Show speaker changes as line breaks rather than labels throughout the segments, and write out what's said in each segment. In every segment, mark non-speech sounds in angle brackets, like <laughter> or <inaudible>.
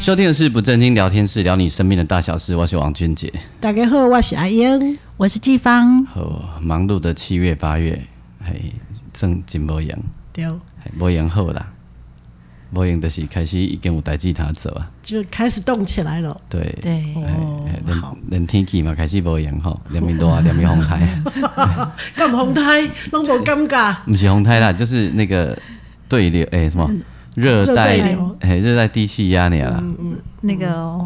收听的是不正经聊天室，聊你生命的大小事。我是王俊杰。
大家好，我是阿英。
我是季芳，
哦，忙碌的七月八月，还算真无闲，
对，
还无闲好啦。无闲就是开始已经有代志通做啊，
就开始动起来了。
对，
对，
哦
嘿
好
连连天气嘛开始无闲吼，连面热，连面风
<laughs>
台，
干嘛红胎拢无尴尬？
毋是风台啦，就是那个对流诶、什么热带
嗯热带流
诶热带低气压那样啦，
那个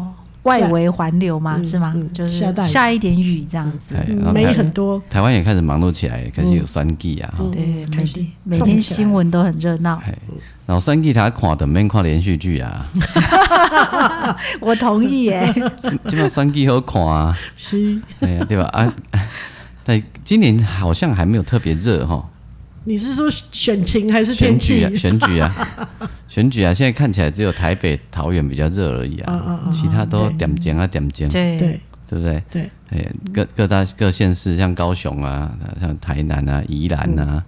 外围环流嘛，
嗯
是吗
嗯？
就是
下大雨
下一点雨这样子。
哎
嗯
然后
没
台
很多，
台湾也开始忙碌起来，开始有酸季啊，吼、
嗯
对，每
开始
天每
动
天
起来
新闻都很热闹，
嘿然后酸季他看的免看连续
<laughs>
剧啊，
我同意耶。
基本上酸季好看啊。
是，
哎呀，对吧？啊， <laughs> 但今年好像还没有特别热哈，
你是说选情还是天
选举
气？
啊，选举啊， <laughs> 选举啊，现在看起来只有台北、桃园比较热而已
嗯嗯
啊
嗯，
其他都
对
点睛啊点睛，对
对，
对
不对？
对，
哎，各各大各县市，像高雄啊，像台南啊、宜兰
嗯
啊、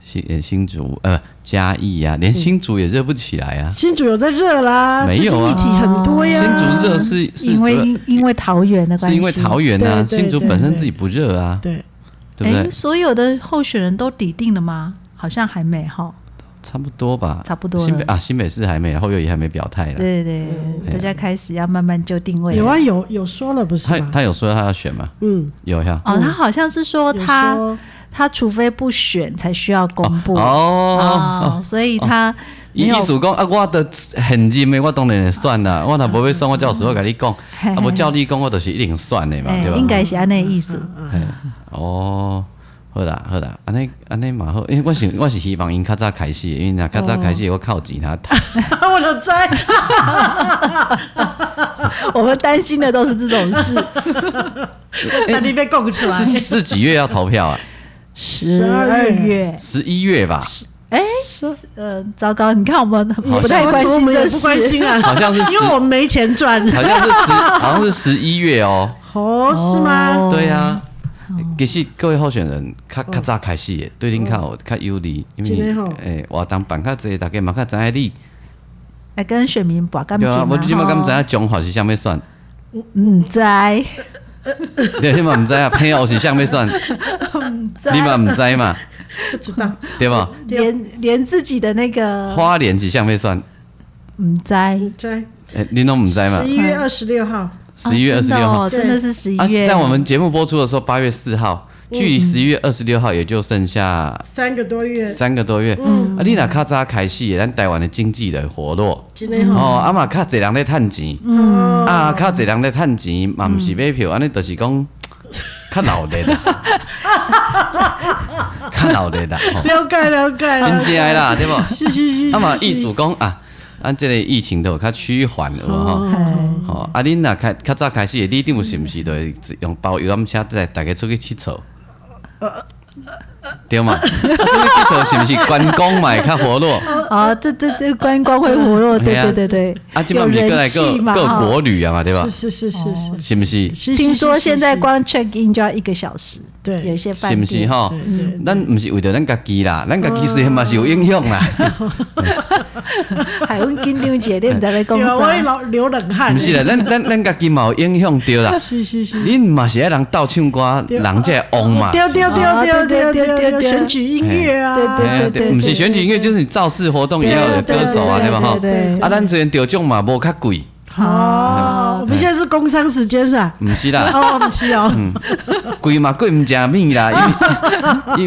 新呃新竹呃嘉义啊，连新竹也热不起来啊。
新主有在热啦，
没有啊
最近议题很多
新
呀。
竹热是是
因
主
为
要
因因为桃园的关
是
系，
因为桃园啊，
对对
新竹
对
本身
对
自己不热啊，
对，哎
对不
诶
对？
所有的候选人都抵定了吗？好像还没哈，
差不多吧，
差不多
新北
了。
啊，新北市还没，后院也还没表态啦。
对对，大家开始要慢慢就定位
有
了。
啊，有有说了不是
他
吗？
他有说他要选吗？
嗯，
有呀。
哦，他好像是说
有
他
说 <laughs>
他除非不选才需要公布
哦，
哦，所以他
伊
没有
意思讲啊，我的很认的，我当然会选啦。我若无要选，我有时候跟你讲，
嘿
啊，无照你讲，我就是一定选的嘛，
哎
对
应
吧？
该是安那意思，
哦，好啦好啦，安尼安尼嘛好，因为我是我是希望因较早开始的，因为若较早开始，
哦
我靠
<laughs>
钱他谈。
我的在，
我们担心的都是这种事。
<laughs>
那你被供起来。
是是几月要投票啊？
十
二
二
月
月，
十一月吧，
哎，呃，糟糕，你看我们
像
不太关
我
心
们也
这
不关
事，
心啊，
好像是
因为
十
我们没钱赚。
好像是十，好像是十一月哦。
哦，是吗？
对啊，其实各位候选人较较早开始的，对恁较有较有利，因
真的哦
为诶活动办较济，大家嘛较知影你。
来哎跟选民把干净
对啊，我即
嘛嗯
马敢
吼
不知影中华是啥物选，
唔知，
对，你嘛毋知啊，朋友是啥物选，
唔知，
<laughs> 你嘛毋知嘛，
不知道。
对无？
连连自己的那个嗯
花莲是啥物选，
唔知，
在
诶，恁拢毋知嘛
十？一月二十六号，
十一月二
哦
十
真的
六号
哦，真的是十一
啊，
月，
在我们节目播出的时候，八月四号，距离十一月二十六号也就剩下
三个多月，
三个多月。啊，你若较早开始，咱台湾的经济就会活络。
今天吼，
哦，啊嘛较侪人咧趁钱，
哦
啊较侪人咧趁钱，嘛毋是买票，安尼就是讲较闹热啦，较闹热啦，吼，
了解了解
真
了解，
正的啦，对无？啊
是是是，
嘛，
是
意思讲啊，咱即个疫情都有较趋缓了吼。
哎
吼，啊，恁若开较早开始，你一定有是毋是就会用包游览车带大家出去佚佗？对嘛？啊出去佚佗是毋是观光嘛会较活络？
哦，这这这观光会活络，对
哎呀
对对对，
啊，即摆
有
毋是各
人
来各
气嘛，哦
各
哈
国旅啊嘛，对吧？
是是是是是
是毋是？
是，
听说
是
现在
是
光 check in 就要一个小时，
对
有一些
是
饭
毋是
店
吼
对对？
咱毋是为着咱家己啦，咱家己虽然嘛是有影响啦，
嗯海温紧张姐，你唔知在
<laughs>
讲
对啊，我也
啥？
老流冷汗，
毋是啦，咱咱咱家己嘛有影响
<laughs>
着啦。
是是是，
恁嘛是爱人斗唱歌，
对
人才会旺嘛。
丢丢
哦
丢丢丢
对对对对
丢丢，
对
选举音乐啊，
对
哎呀
对对对
毋是选举音乐，就是你造势活动也要有歌手啊，
对
对
对对
吧？吼
对对对，
啊，咱虽然得奖嘛，无较贵，
哦，我们现在是工商时间是吧？
毋是啦，
<laughs>
哦，不是哦，
贵嘛贵毋食米啦，因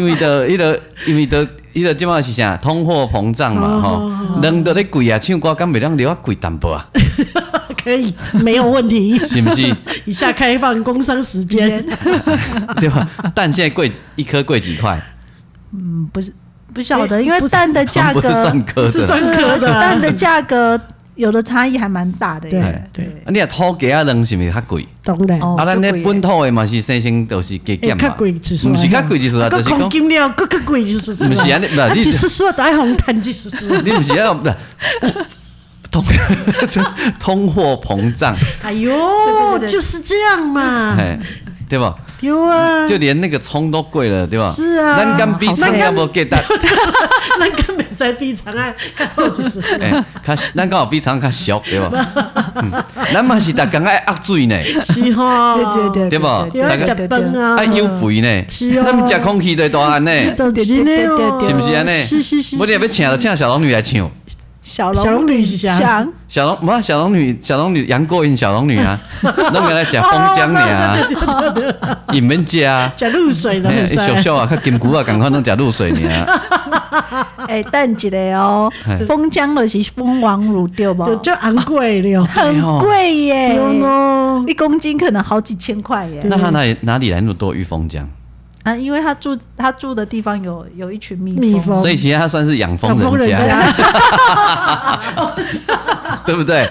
<laughs>
为因为着迄个，因为着迄个即摆是啥，通货膨胀
哦
嘛吼，人都咧贵啊，唱歌敢袂当留啊贵淡薄啊，
可以，没有问题。
是
<laughs>
毋是？
以下开放工商时间，
对吧？蛋现在贵一颗贵几块，
哎
嗯，不是不晓得，因为蛋的价
不
格
是算颗
是
的啦，
算
对
科的啊，
蛋的价格有的差异还蛮大的耶。
对对
啊，你若土鸡啊卵是毋是较贵？
懂嘞。
哦
啊，咱咧
较贵耶
本土的嘛是生成都是加减
哎会较
嘛，
贵指数，
毋是较贵指数啊，
啊，
就
搁
是讲
空金了，搁较贵指数，
毋是安尼不
啊，
你
一叔叔都爱红毯，一叔叔，
<laughs> 你毋是要不是通通货膨胀，
哎呦
对对，对
就是这样嘛，
嘿，对吧？
有啊，
就连那个葱都贵了，对吧？
是啊
咱敢比葱敢无价值，
咱根本在比长安，较好一叔叔，
哎，较咱敢有比葱较俗，对吧？
<laughs>
嗯咱嘛是逐工爱压水呢，
是吼，
对对
对吧
有爱食饭啊，
爱养肥呢，
是哦
咱们食空气都会大汉呢，
都真的哦，
对
是毋是安尼？
是是是，
我你要请就请小龙女来唱，
小
小龙
龙
女是啥
想
小龙，无小龙女，小龙女杨过因小龙女啊，拢个来食
哦
风啊浆尔，
对对对对
<laughs>
对
伊免食啊。
<laughs> 食露水的，
哎，
很
小
帅，
小啊，较金菇啊，赶快拢食露水啊尔。
哎，等一下哦
嘿，
封江的是蜂王乳对吧？
就就昂贵了，
很贵耶，
对哦
一公斤可能好几千块耶。
那他哪里哪里来那么多御风浆？
啊，因为他住他住的地方有有一群蜜
蜜蜂
所以其实他算是养蜂
养蜂
人
啊人
家，
家，
<laughs> 对不对？ <laughs>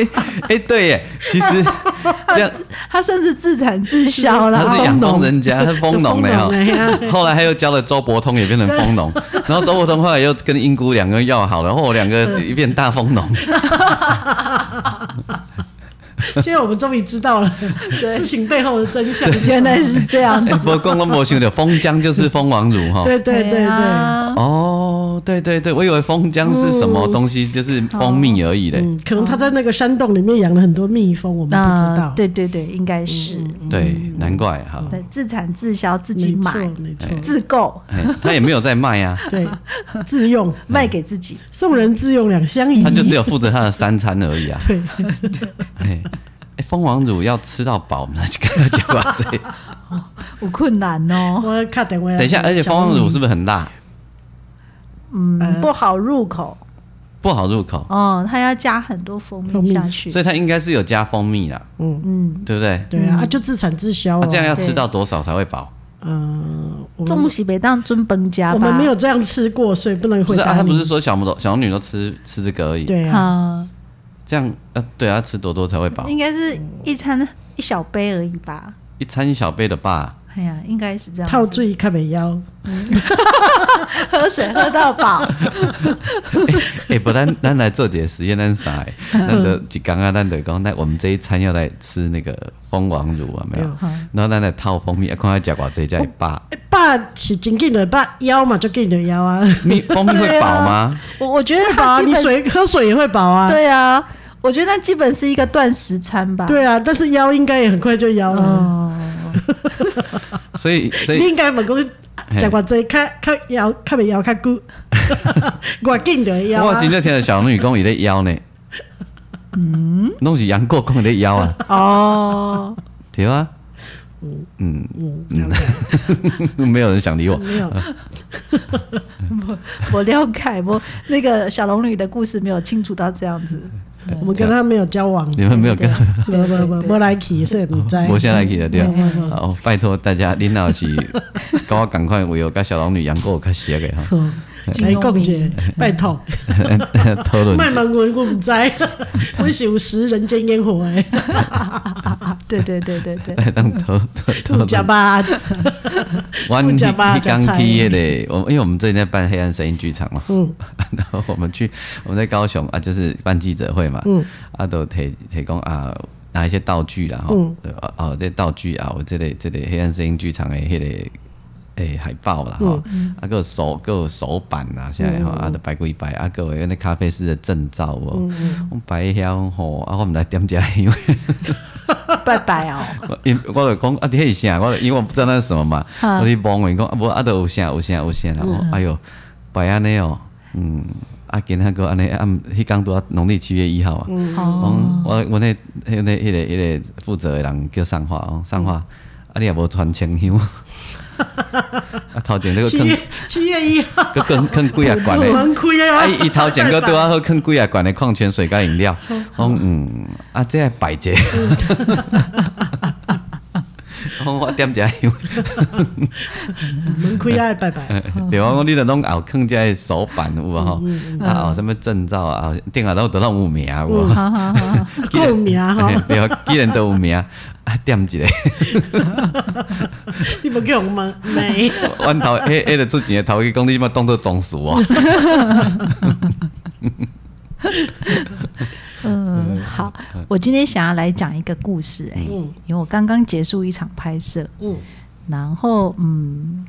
哎、哎对耶，其实这样
他算是自产
<laughs>
自销
他是
啦。
养蜂人家，他是蜂农的
蜂农哎
<laughs> 哦。后来他又交了周伯通，也变成蜂农。然后周伯通后来又跟英姑两个要好了，然后两个一变大蜂农。
现在我们终于知道了
对
事情背后的真相是什么，
<laughs> 原来是这样
哎、，不过都没想到蜂浆就是蜂王乳哈。
对 <laughs> 对对对，
啊
哦，对对对，我以为蜂浆是什么东西，就是蜂蜜而已嘞。
嗯，可能他在那个山洞里面养了很多蜜蜂，我们不知道嗯
啊，，对对对，应该是
对，难怪哈，
对自产自销，自己
没错
买，
没错，
自购，
嘿他也没有在卖啊，
对，自用
卖给自己。
送人自用两相宜
他，就只有负责他的三餐而已啊。
嗯对，
哎，哎蜂王乳要吃到饱，那就跟他讲吧。
<laughs>
这
嗯
有困难哦，
我看等我
等一下，而且蜂王乳是不是很辣？
呃
嗯，不好入口
不好入口，
哦，它要加很多蜂
蜂蜜
蜜下去
所。以它应该是有加蜂蜜啦，
嗯，
嗯，
对不对？
对啊，啊就自产自销
那
啊，
这样要
对
吃到多少才会饱？
嗯，我们
中西北当尊崩家吧，
我们没有这样吃过，所以不能
不
回
是啊，
答
他
你
不是说小母小女都吃吃这个而已，
对啊，
啊，
这样呃，对啊，要吃多多才会饱，
应该是一餐一小杯而已吧。
一餐一小杯的吧。 <laughs>
哎呀，应该是这样，
套醉看袂腰，
<laughs> 喝水喝到
<laughs>
饱。
哎、不然咱来做点实验，咱啥的？咱就就刚啊刚咱就讲，那我们这一餐要来吃那个蜂王乳啊，没有
对？哦哎
然后咱来套蜂蜜，啊，看下食偌济才会饱。
爸是真紧的，爸腰嘛就紧的腰啊， <laughs>
蜜蜂蜜会饱吗？
我我觉得
会饱
它
啊，
基
你
本
水喝水也会饱啊，
对啊，我觉得那基本是一个断食餐吧。
对啊，嗯但是腰应该也很快就腰了，
哦，
所以所
你
以
应该问讲
嘿
食偌济，较较腰较袂腰较
<laughs>
久，我紧的腰
我
啊
今，天听到小女讲伊咧枵呢，嗯，拢是杨过讲伊咧枵啊，
哦， <laughs>
对啊，嗯
嗯，哦了解
嗯， <laughs> 没有人想理
<laughs>
我。
没有，
我了解，我那个小龙女的故事没有清楚到这样子。
我们跟他没有交往，
你们没有跟
没没没没来去，所以不知道，
我先来给对啊
没没，没
好，拜托大家，恁若是跟我赶快，我有甲小龙女杨过较熟的哈，
嗯来讲者，拜托，
<laughs> 讨论一下
卖问我，我唔知，我是有食人间烟火诶，
对对对对
<laughs>
对，
来 <laughs> 当头头
有食
头。
吧，
我
有
你
吃吧
你刚
吃菜
去那个，我因为我们最近在办黑暗声音剧场嘛，
嗯
<laughs> 然后我们去我们在高雄啊，就是办记者会嘛，
嗯
啊都提提供啊拿一些道具啦，吼
嗯，
对哦哦这道具啊，我这里这里黑暗声音剧场的迄个。诶、海报啦，
嗯
吼、啊个手个手板啦，现在吼、啊，就摆几摆，啊个有那咖啡师的证照哦，
嗯
我摆遐吼，啊我毋来点遮，因为
拜拜哦。
我因我就讲啊，这是啥？我就因为我不知道那是什么嘛，
嗯
我就望问讲啊，无啊，都有啥有啥有啥啦。
嗯
我哎哟，白安尼哦，嗯，啊，今仔个安尼啊，嗯迄工拄啊，农历七月一号啊。
嗯
哦，
我我我那迄那迄个迄个负责的人叫上华哦，上华，啊，你也无穿清香， <laughs>
<laughs>
啊，头前那个
七
坑
月七月一号，
个坑坑几啊罐
<laughs> 我
的。
们亏啊
<laughs> 啊！伊伊头前个对我好囥几啊罐的矿泉水甲饮 <laughs> 料，我讲嗯，啊，这摆者，讲 <laughs> 我点一下香，
门开爱拜拜，
对啊，我讲你著拢后囥遮个手板有无吼，啊，有啥物证照啊，嗯顶下都都拢有名啊有无？ <laughs>
好好好，
够有名吼，
对啊，既然都有 <laughs> 名，啊，点一个，
你无叫人问没？
阮头迄迄个出钱的头去讲你即马当做宗师 <laughs> 哦，
嗯，好，我今天想要来讲一个故事、哎，
嗯
因为我刚刚结束一场拍摄，
嗯
然后嗯，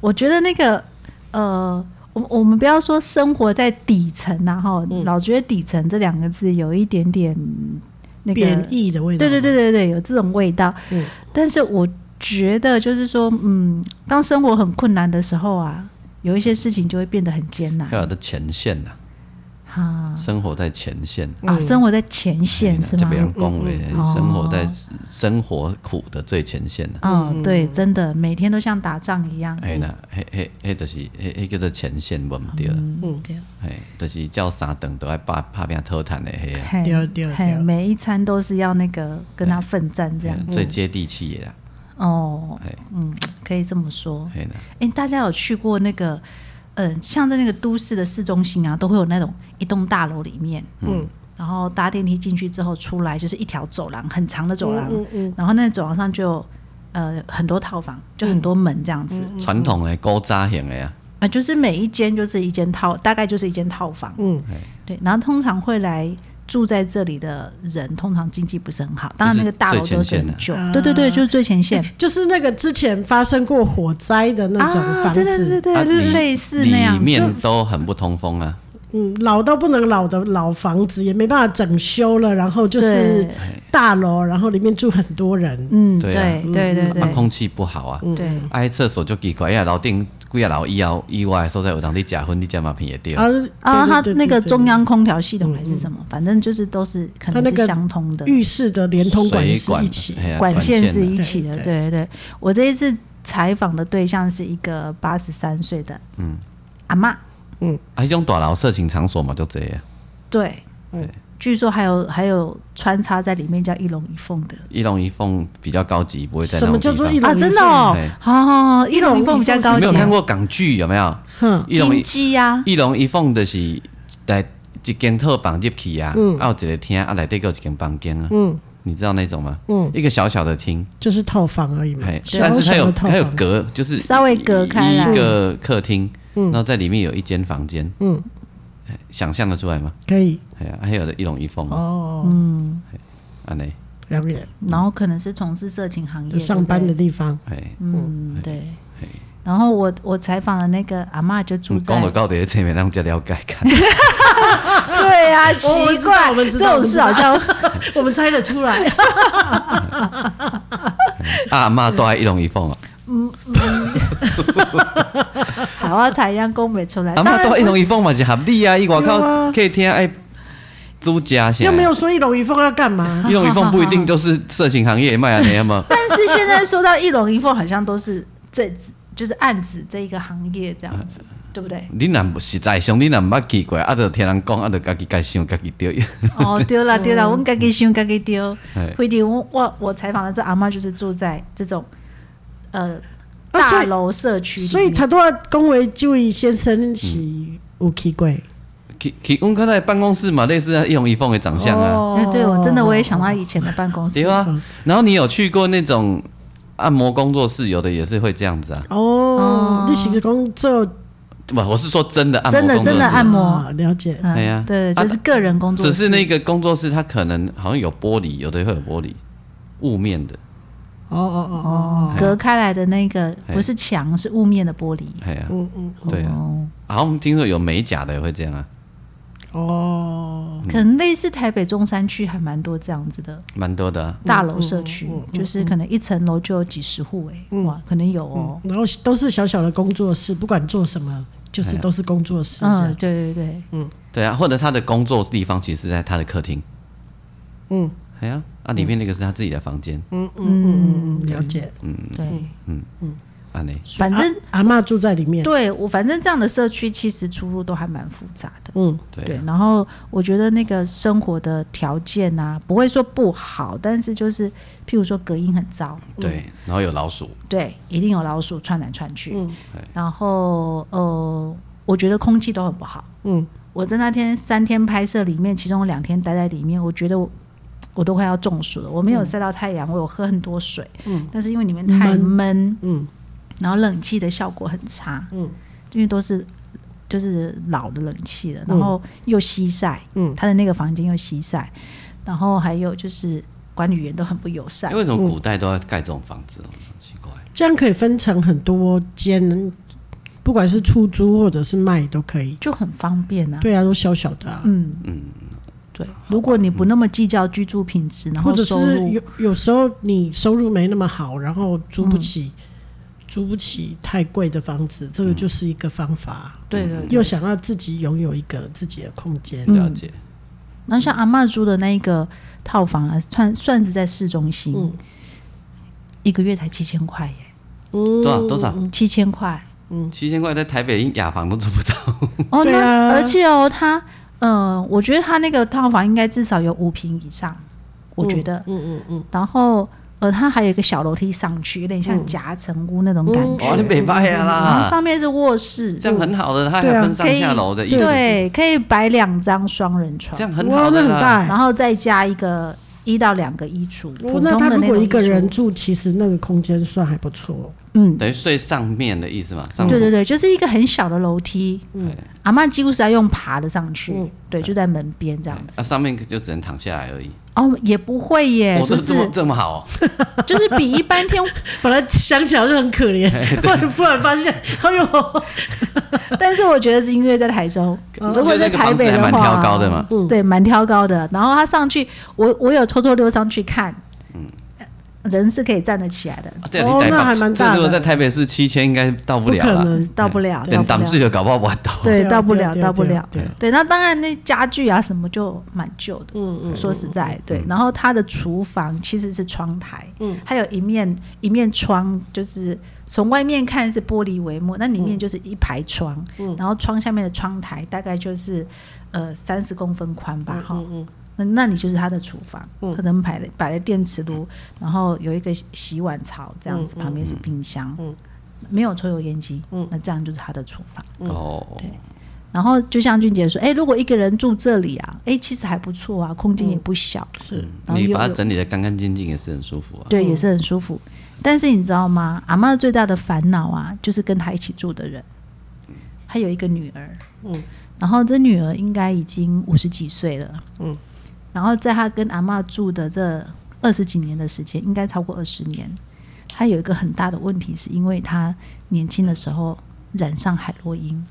我觉得那个呃，我我们不要说生活在底层然后
嗯
老觉得底层这两个字有一点点那个
贬义的味道，
对对对对对，有这种味道。
嗯
但是我觉得就是说，嗯，当生活很困难的时候啊，有一些事情就会变得很艰难
嗯
要有的哎前线呐，
啊
生活在前线，
啊，
嗯
生活在前
哎
线是
就
吗
哎不？用讲为
嗯
生活在
哦
生活苦的最前线呐。
嗯，对，真的每天都像打仗一样。
哎呐，迄迄迄就是迄迄叫做前线，无毋对啦。
嗯，
对
嘿，就是照三顿都爱拍拍拼讨趁的迄啊，
嘿
对对
嘿
对
每一餐都是要那个跟他奋战 <laughs> 这样嗯
哎
嘿。最接地气的啦。
哦
嘿，
嗯，可以这么说。
嘿啦，
哎、大家有去过那个，嗯、像在那个都市的市中心啊，都会有那种一栋大楼里面，嗯，然后搭电梯进去之后出来就是一条走廊，很长的走廊，
嗯嗯
然后那走廊上就有呃很多套房，就很多门这样子，
嗯
传统的古早型的啊，
啊，就是每一间就是一间套，大概就是一间套房，
嗯
哎
对，然后通常会来。住在这里的人通常经济不是很好，当然那个大楼
就
都
是最
是
前
很
线的
旧，对对对，就是最前线
嗯，就是那个之前发生过火灾的那种
啊，
房
对对对
子，
对，
啊
类
里
类似那样
里
子，
面都很不通风啊。
嗯，老到不能老的老房子也没办法整修了，然后就是
对
大楼，然后里面住很多人，
嗯，对
对啊
对对
啊，
对
空气不好啊。
对，
嗯
啊，迄厕所就奇怪，啊，楼顶几啊楼以后以外的所在有人你食薰，你才嘛闻会着。
啊
啊，它
对对对对
那个
对嗯
中央空调系统还是什么，反正就是都是可
它那
能
个
是相通的，
浴室的连通管
水
是一起，
嘿啊
管线是一
的
起的。
对
对对对，我这一次采访的对象是一个八十三岁的嗯阿嬷，
啊，迄种大楼色情场所嘛，就这啊。
对
嗯，
据说还有还有穿插在里面叫一龙一凤的
一龙一凤比较高级，不会在那
什么
种
叫
地
做一。龙
啊，
方
一
真的
凤
哦
嘿，
好好好，一龙一凤比较高
没
级啊
有，看过港剧有没有？
哼
一龙一
金鸡呀，
一龙一凤就是来一间套房入去啊，啊有一个厅啊，内底还有一间房间啊，
嗯
你知道那种吗？
嗯，
一个小小的厅，
就是套房而已嘛
嘿，，
小
但是它
小
有
的套
它有
房，
隔，就是
稍微隔开来
一个客厅，
嗯
然后在里面有一间房间，嗯，想象得出来吗？
可以
哎呀，还有的一龙一凤
嗯
啊，
哦，
安内，
了解，
然后可能是从事色情行业啊
就上班的地方，
哎，
嗯，对。然后我我采访了那个阿嬷，就住
你
在
讲到到底这面让家了解看， <laughs>
对
<laughs>
啊，奇
我们知道
怪，
我们
这
知道
种事好像 <laughs>
我们猜得出
<laughs>
来，
啊阿妈都爱一龙一凤啊，
台湾才一样公美出来。
阿
当
妈
然
都
不
爱一
是，
龙一凤嘛是合理啊，伊外
对啊
口客厅爱租家啥
又没有说一龙一凤要干嘛，
一龙一凤不一定都是色情行业卖啊，你嘛？
<laughs> 但是现在说到一龙一凤，好像都是这就是暗指这一个行业这样子，对不对
嗯你若不实在上，你若毋捌去过，啊，就听人讲，啊，就家己家想，家己
<laughs>
对。
哦，丢啦丢啦，
嗯
我们该给想该给丢
哎。
回头我我我采访的这阿嬷就是住在这种呃
啊所以
大楼社区里面，
所以他都要恭维这位先生是
嗯
有奇怪，
去去，阮刚才办公室嘛，类似啊一龙一凤的长相啊，
哎对我
哦
真的我也想到以前的办公室
对，啊。然后你有去过那种按摩工作室，有的也是会这样子啊。
哦，你是不是讲做
不，我是说真的按摩
真
工
的
作室，
真的按摩
啊，了解，
嗯
哎呀
对，
啊
就是个人工作室，
只是那个工作室它可能好像有玻璃，有的会有玻璃雾面的，
哦哦哦哦，
隔开来的那个
哎
不是墙，是雾面的玻璃。
哎呀、
嗯嗯
对啊。
哦，
好，我们听说有美甲的也会这样啊，
哦，
可能类似台北中山区还蛮多这样子的
蛮多的、啊。
大楼社
嗯
区，就是可能一层楼就有几十户哎、哇，可能有哦。
然后都是小小的工作室，不管做什么，就是都是工作室这
嗯，
样，
对对对，
对啊，或者他的工作地方其实是在他的客厅。
嗯
哎呀，啊，里面那个是他自己的房间。
嗯嗯嗯嗯，了解，
对，嗯
安尼，
嗯反正
啊阿阿嬷住在里面，
对我反正这样的社区其实出入都还蛮复杂的。
嗯，
对
对，然后我觉得那个生活的条件啊，不会说不好，但是就是譬如说隔音很糟，
对，然后有老鼠，
对，一定有老鼠窜来窜去，
嗯
然后呃，我觉得空气都很不好。
嗯，
我在那天三天拍摄里面，其中有两天待在里面，我觉得我我都快要中暑了。我没有晒到太阳，我有喝很多水，
嗯，
但是因为里面太
闷
闷，
嗯，
然后冷气的效果很差，
嗯，
因为都是就是老的冷气了，
嗯
然后又西晒，
嗯
他的那个房间又西晒，然后还有就是管理员都很不友善
因为，为什么古代都要盖这种房子哦？很奇怪，
这样可以分成很多间，不管是出租或者是卖都可以。
就很方便啊。
对啊，都小小的啊，
嗯嗯，对。如果你不那么计较居住品质，然
或
后
者
收
是
入，
有有时候你收入没那么好，然后租不起，
嗯
租不起太贵的房子，这个就是一个方法。
对对对。
又想要自己拥有一个自己的空间，
了
嗯
解，
然后像阿嬷租的那一个套房啊，算算是在市中心，
嗯
一个月才七千块耶，
嗯
多少多少
七千块。
七千块在台北连雅房都租不到，
<laughs>
哦，
对啊
那而且哦，他，呃，我觉得他那个套房应该至少有五平以上，我觉得。
嗯嗯嗯，
然后，呃，它还有一个小楼梯上去，有点像夹层屋那种感
嗯
觉。
哇，你北派
然
呀
后
啦，
上面是卧室，
这样很好的，它还
对啊
分上
可以
下楼的意思，
对，啊可以摆两张双人床
这，样很
哇，
好
那
的
很
啦，
大欸。
然后再加一个一到两个衣橱，普
哦
通的
那他
那
如果
种
一个
衣橱
人，住，其实那个空间算还不错。
嗯，
等于睡上面的意思嘛，
嗯
上
对对对，就是一个很小的楼梯，嗯，阿嬷几乎是要用爬的上去，
嗯
对，就在门边这样子。
啊上面就只能躺下来而已，
哦，也不会耶，
我
就
这这么
是
这么好哦，
就是比一般天，
<laughs>
<laughs>
本来想起来就很可怜，忽然忽然发现，哎呦，
但是我觉得是因为在台中，
哦
如
就
果在
那个
台
房子
北
还
的话，
蛮挑高的嘛，
嗯
对，蛮挑高的。然后他上去，我我有偷偷溜上去看，嗯，人是可以站得起来的，
啊对啊，
哦
你台
那还
北
蛮大的
这如果在台北市七千应该到不
不
了
可
了，
能，
到不了，到
等
不
挡
了
住。就搞不好玩到。
对，
对啊
到不
对啊
了，
对啊
到不
对啊
了哦
对啊。
对，那当然，那家具啊什么就蛮旧的。
嗯嗯，
说实在，对。然后它的厨房其实是窗台，嗯，还有一面一面窗，就是从外面看是玻璃帷幕，那里
嗯
面就是一排窗，然后窗下面的窗台大概就是呃三十公分宽吧，
嗯
哈、那那里就是他的厨房，可能摆了摆了电磁炉，然后有一个洗洗碗槽这样子，
嗯
旁边是冰箱，没有抽油烟机，那这样就是他的厨房。
哦，
然后就像俊杰说，哎、如果一个人住这里啊，哎、其实还不错啊，空间也不小，
嗯是
嗯然后
你
又
把它
有
整理的干干净净也是很舒服啊。
嗯
对，也是很舒服。但是你知道吗？阿妈最大的烦恼啊，就是跟她一起住的人，她有一个女儿，
嗯，
然后这女儿应该已经五十几岁了，
嗯，
然后在她跟阿妈住的这二十几年的时间，应该超过二十年，她有一个很大的问题，是因为她年轻的时候染上海洛因，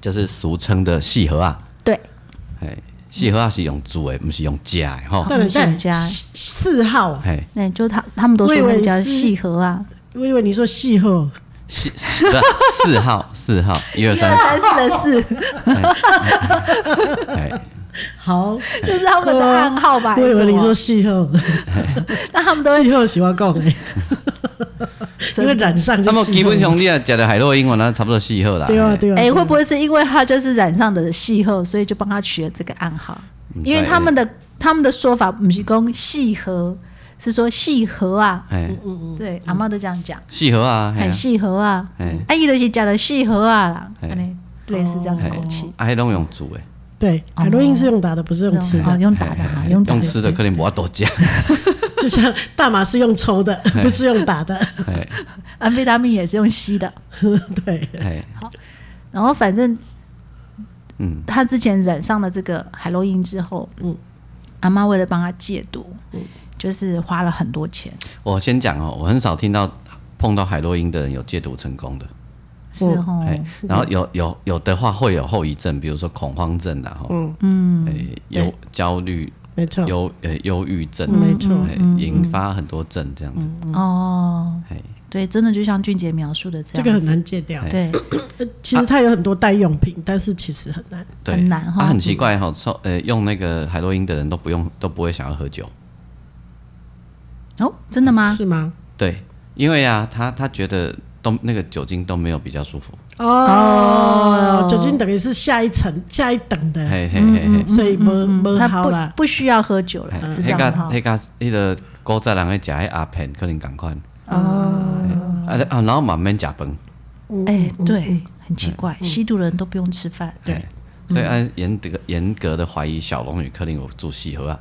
就是俗称的细盒啊，
对，
哎，细盒啊是用煮的，不是用夹的吼
好。
但
我们
是但
想家
四四号，
哎，
那就她他们都说
我以为
那叫
是
细河啊，
我以为你说细后，
四四不是四号， <laughs> 四号，一二三四，
三四的四，
哎，
好，
就是他们的暗号吧？
我以为
还是
你
什么
说细后，
那他们都会
细后喜欢讲哎，因为染上就
那么
四号
基本上你也食的海洛因，我那差不多四号啦。
对啊
嘿，
对啊，
哎、会不会是因为他就是染上的戏后，所以就帮他取了这个暗号？
嗯
因为他们的他们的说法不是讲戏河，是说戏河啊。
哎，
对，阿妈都这样讲，
四盒啊，嘿
很
啊
戏河啊
嘿，
阿姨都是讲的戏河啊啦，
嘿
哎，类似这样的口气。
啊，迄拢用煮的，
对，海洛因是用打的，不是用吃
哦，
的，
用打的
嘿嘿
啊，
嘿
用打
哎用吃的可能无多食，
就像大麻是用抽的，不是用打的， <laughs>
哎
安啊非他命也是用吸的。
对，
哎，
然后反正
嗯，
他之前染上了这个海洛因之后，
嗯
阿妈为了帮他戒毒，就是花了很多钱，
我先讲哦，我很少听到碰到海洛因的人有戒毒成功的。
是
嗯
哦，
哎，然后有有有的话会有后遗症，比如说恐慌症啊，吼，
嗯，
哎，忧焦虑、
没错，
忧呃忧郁症，
没错嗯
哎，引发很多症这样子，
哦
嘿，
对，真的就像俊杰描述的这
这个
样，
很，难戒掉。
对，啊
呃其实它有很多代用品，但是其实很难。
对，
很难哈
啊，很奇怪哈，抽呃用那个海洛因的人都不用都不会想要喝酒，
哦，真的吗？
是吗？
对，因为啊，他他觉得都那个酒精都没有比较舒服，
哦，酒精等于是下一层下一等的，
嘿嘿嘿嘿，
所以
嗯
没没
他
嗯好啦。
不不需要喝酒了，嗯是这
迄
样
个
的哈。
迄个迄个古早人咧食迄鸦片，可能共款，
哦，
啊啊，然后嘛免食饭，
嗯
哎，对，很奇怪，吸毒的人都不用吃饭，对嗯
嘿，所以按严格严格的怀疑小龙女可能有做戏盒啊，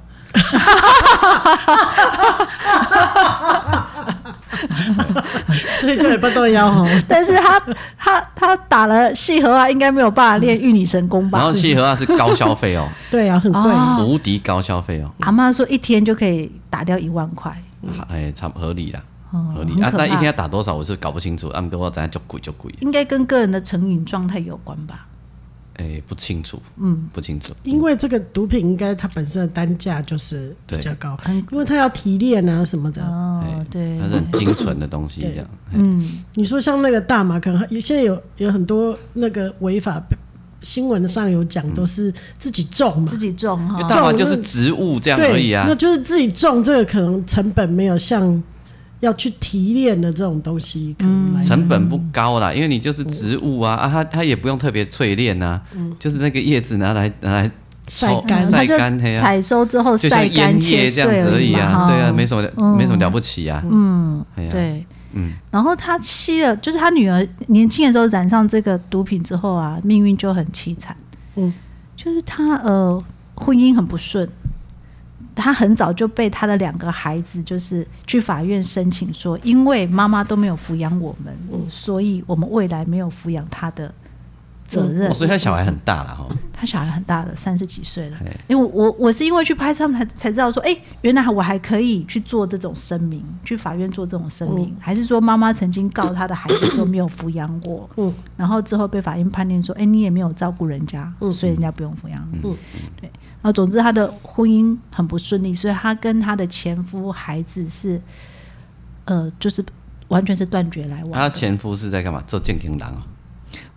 <laughs> 所以就也不动腰
<laughs>
吼。
但是他他他打了细盒啊，应该没有办法练玉女神功
嗯然
吧
后？戏盒啊是高消费
<laughs>
哦，
对啊，很贵。
哦
无敌高消费哦，
阿妈说一天就可以打掉一万块，
哎，差不合理啦，
嗯哦
合理啊
很，可怕
但一天要打多少我是搞不清楚，啊，不过我知影足贵足贵，
应该跟个人的成瘾状态有关吧？
哎，不清楚，嗯，不清楚，
因为这个毒品应该它本身的单价就是比较高，因为它要提炼啊什么的。
哦，对
它，是很精纯的东西这样，
嗯，
你说像那个大麻，可能它现在有有很多那个违法新闻上有
嗯
讲，都是自己种嘛
自，己种
因为
哈，
大麻就是植物这样而已
对，
啊
那，就是自己种，这个可能成本没有像要去提炼的这种东西可
嗯
能来。
成本不高啦，因为你就是植物啊，啊，它它也不用特别淬炼啊，就是那个叶子拿来拿来
嗯晒
抽
干
晒
嗯它就
干黑啊，
采收之后
就
晒
像
干
烟叶
切
这样
碎
子而已
嘛
啊，
哈
对啊，没什么了没什么了不起啊，
嗯
哎，呀
对，
嗯，
然后他吸了，就是他女儿年轻的时候染上这个毒品之后啊，命运就很凄惨。
嗯，
就是他呃，婚姻很不顺，他很早就被他的两个孩子就是去法院申请说，因为妈妈都没有抚养我们，所以我们未来没有抚养他的责任。
哦所以他小孩很大了哈，
他小孩很大了，三十几岁了
哎。
因为我我我是因为去拍他们才才知道说，哎、原来我还可以去做这种声明，去法院做这种声
嗯
明，还是说妈妈曾经告他的孩子说没有抚养我，
嗯
然后之后被法院判定说，哎、你也没有照顾人家，所以人家不用抚养你。
嗯
对。然后总之他的婚姻很不顺利，所以他跟他的前夫孩子是，呃，就是完全是断绝来往的。
他前夫是在干嘛？做健康郎哦，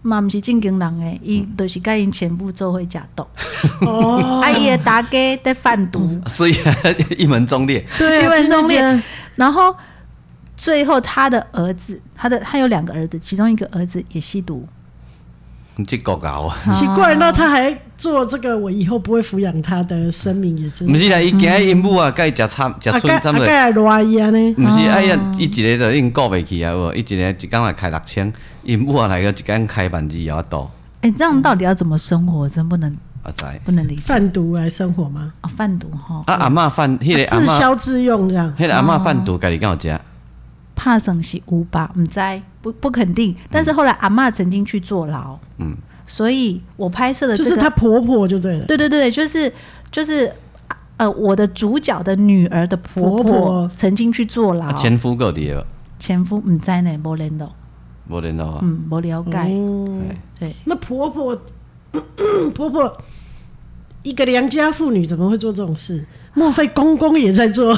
嘛毋是正经人诶，伊就是甲因前夫做伙食毒，
哦
啊伊诶大家在贩毒，
<laughs> 所以啊 <laughs> 一门忠烈，
对
<laughs>
啊，
因为中
就是这样
间，然后最后他的儿子，他的他有两个儿子，其中一个儿子也吸毒，
你这狗搞
<laughs>
啊！
奇怪，那他还做这个，我以后不会抚养他的生命，也真
不是啦，伊今日因母啊，甲伊食参食
阿
春
盖
针
阿
啊
的。
盖来罗伊呢？
毋是，哎呀，伊一个就已经顾袂起啊，有无伊一个一工来开六千，因母啊来个一工开万二也多，
诶，哎这样到底要怎么生活？真不能
啊知。
不能理解
贩毒来生活吗？
啊，贩毒哈，
啊阿嬷犯，迄个阿
自
嬷，
消自用这样。
迄个阿嬷贩毒，家己敢有食？
怕省是无吧，唔知不不肯定，但是后来阿嬷曾经去坐牢，
嗯，
所以我拍摄的
就
这
是
个
她婆婆就对了，
对对对，就是就是呃，我的主角的女儿的
婆
婆
婆
曾经去坐牢，
啊前夫够伫个，
前夫嗯唔知呢，无联络，
无联络啊。
嗯，无了解，对，
哦那婆婆 <coughs> 婆婆一个良家妇女怎么会做这种事？莫非公公也在做？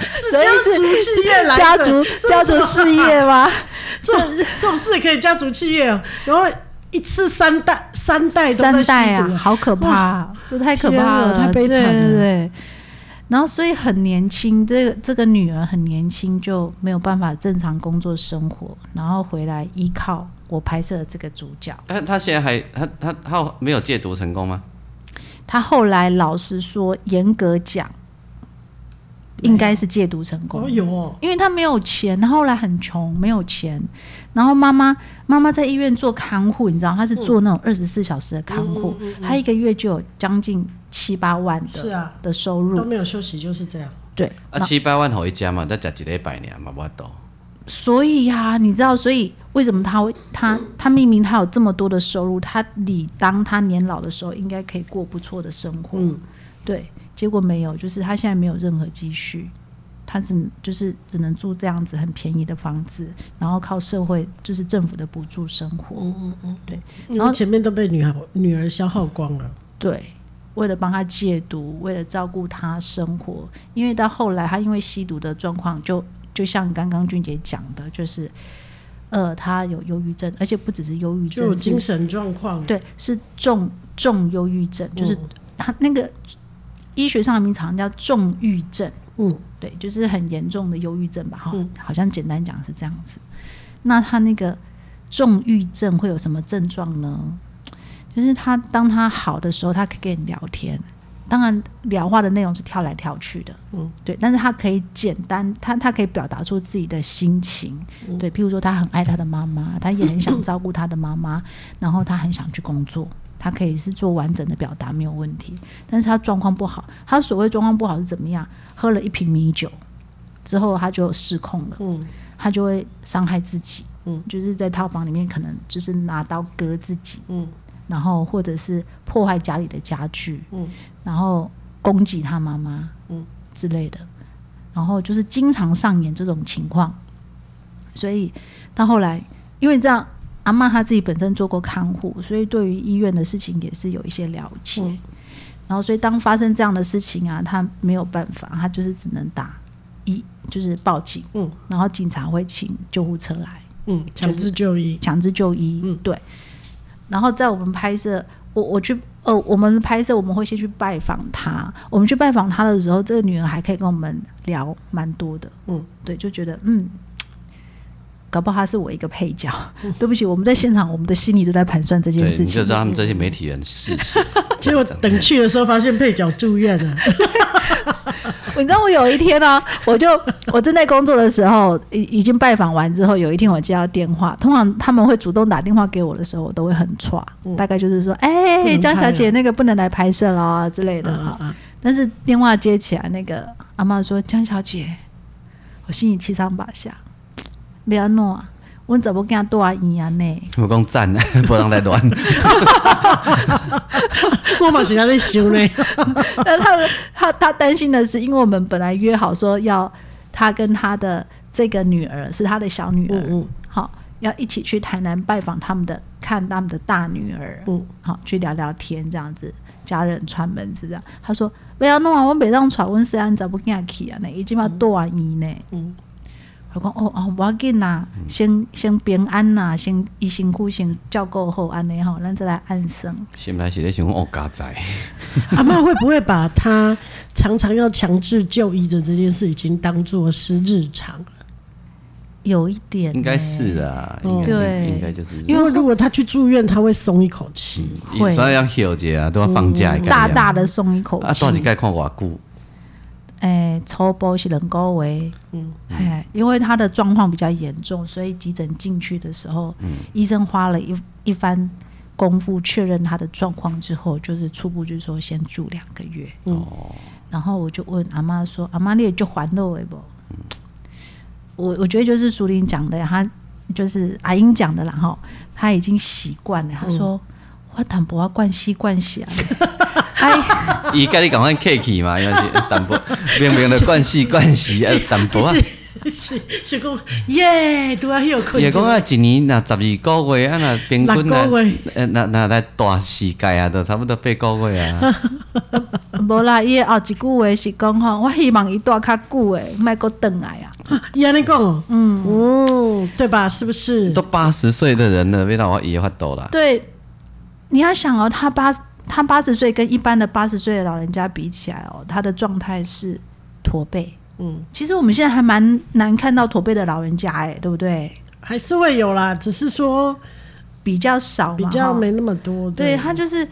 是
所以
家
是
族企业来的，
家族
这是啊
家
什
族
么
事
<laughs>
业吗？
这种这种事可以家族企业哦。然后一次三代三代都在
三
吸毒
代啊，
了
好可怕啊，这太可
天
怕
啊
了，
太悲惨了
对对对。然后，所以很年轻，这个这个女儿很年轻，就没有办法正常工作生活，然后回来依靠我拍摄的这个主角。
啊，他现在还他他他没有戒毒成功吗？
他后来老实说，严格讲，应该是戒毒成功
哦，有哦，
因为他没有钱，他后来很穷，没有钱。然后妈妈妈妈在医院做看护，你知道，她是做那
嗯
种二十四小时的看护，她一个月就有将近七八万
是
的、
啊，
的收
都
入。
没有休息就是这样。
对，
啊，七百万互伊食嘛，才食一礼拜尔嘛，无多。
所以呀、你知道，所以为什么他会他他明明他有这么多的收入，他理当他年老的时候应该可以过不错的生活，
嗯
对，结果没有，就是他现在没有任何积蓄，他只就是只能住这样子很便宜的房子，然后靠社会就是政府的补助生
嗯
活，
因为前面都被女孩女儿消耗光了，
对，为了帮他戒毒，为了照顾他生活，因为到后来他因为吸毒的状况就，就像刚刚俊杰讲的，就是呃，他有忧郁症，而且不只是忧郁
就有
症，
精
是
神状况。
对，是重重忧郁症，就是他那个医学上的名常叫重郁症，
嗯，
对，就是很严重的忧郁症吧，哈、
嗯
好像简单讲是这样子。那他那个重郁症会有什么症状呢？就是他当他好的时候，他可以跟你聊天，当然聊话的内容是跳来跳去的，
嗯，
对，但是他可以简单，他他可以表达出自己的心情，对，譬如说他很爱他的妈妈，他也很想照顾他的妈妈，然后他很想去工作。他可以是做完整的表达没有问题，但是他状况不好，他所谓状况不好是怎么样？喝了一瓶米酒之后，他就失控了，
嗯，
他就会伤害自己，
嗯，
就是在套房里面可能就是拿刀割自己，
嗯，
然后或者是破坏家里的家具，
嗯，
然后攻击他妈妈，
嗯
之类的，然后就是经常上演这种情况，所以到后来，因为这样。阿妈她自己本身做过看护，所以对于医院的事情也是有一些了解。
嗯
然后，所以当发生这样的事情啊，她没有办法，她就是只能打一，就是报警。
嗯，
然后警察会请救护车来
嗯，强制就 <laughs> 医，
强制就医。
嗯
对。然后在我们拍摄，我我去呃，我们拍摄我们会先去拜访她。我们去拜访她的时候，这个女儿还可以跟我们聊蛮多的。
嗯，
对，就觉得嗯。搞不好她是我一个配角， <laughs> 对不起，我们在现场，我们的心里都在盘算这件
对，
事
你就
情
知。道他们这些媒体人是
结果等去的时候发现配角住院了，
<laughs> 你知道我有一天呢、我就我正在工作的时候，已已经拜访完之后，有一天我接到电话，通常他们会主动打电话给我的时候，我都会
嗯
很歘、大概就是说，哎、
不能
江
拍
小
了
姐那个不能来拍摄啦之类的
嗯
哈、
嗯
但是电话接起来，那个阿妈说：“江小姐，我心里七上八下， <laughs> 不要弄啊，我怎么跟他多阿姨啊呢？ <laughs>
我讲赞，啊不让再乱。
嗯我嘛是在那修呢，
但他他他担心的是，因为我们本来约好说要他跟他的这个女儿是他的小女儿，
<laughs> 嗯
好要一起去台南拜访他们的，看他们的大女儿，
嗯
好去聊聊天这样子，家人串门子这样。他说不要弄啊，我北上传温是安怎不跟去啊？呢，已经要多阿姨呢。
嗯
我讲哦哦，无要紧啦，
嗯
先先平安啦，先伊身躯先照顾好安尼吼，咱再来安生。
心内是在想哦，嘎仔，
嗯，阿妈会不会把她常常要强制就医的这件事已经当做是日常了？
有一点呢、
应该是啦，应该
对
应该就是，
因为如果她去住院，她会松一口气。
嗯
因为所以要休息啊，都要放假的概念，
大大的松一口
啊，
气
到。底该看偌久？
哎、抽波是能够为，
嗯
哎，因为他的状况比较严重，所以急诊进去的时候，医生花了一一番功夫确认他的状况之后，就是初步就说先住两个月。
哦，
然后我就问阿妈说：“阿妈，你也就还了我不？”我我觉得就是苏玲讲的，她就是阿英讲的啦，然后她已经习惯了。她说：“我淡薄啊，惯习惯习啊。”哎，
伊甲你讲阮客气嘛，因为是淡薄，明明的惯系惯系啊，淡薄啊。
是是讲耶，都要有困
伊
境
讲。啊，一年若十二个月啊，若平均
六个月
若呃若若来大世界啊，都差不多八个月
<laughs>
啊。
<laughs> 无啦，伊的后一句话是讲吼，我希望伊住较久诶，莫搁转来啊。
伊安尼讲哦，嗯，哦，对吧？是不是
都？八十岁的人了，要让我伊发抖啦。
对，你要想哦，他八他八十岁跟一般的八十岁的老人家比起来哦，他的状态是驼背。
嗯，
其实我们现在还蛮难看到驼背的老人家、哎，对不对？
还是会有啦，只是说
比较少嘛，
比较
哈
没那么多。
对他就是，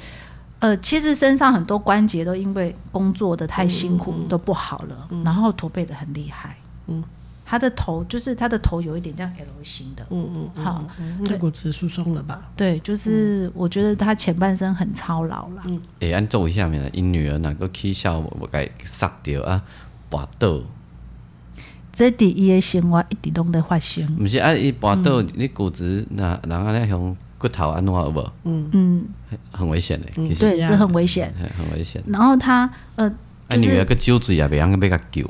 呃，其实身上很多关节都因为工作的太辛苦、都不好了，然后驼背的很厉害。
嗯，
他的头就是他的头有一点像 L 型的。
嗯嗯嗯，
好，
嗯那骨质疏松了吧？
对，
嗯
就是我觉得他前半生很操劳啦。
会安做一下面，因女儿若个起笑，我该杀掉啊，跋倒。
这第一的生活一直拢在发生。
毋是啊，伊跋
嗯
倒，你骨质若人啊安尼向骨头安怎有无？
嗯，
很危险的，
嗯
其实
啊
对，是很危险。
嘿很危险。
然后他呃，
啊，
就
女儿
是
个酒醉也袂晓要甲救，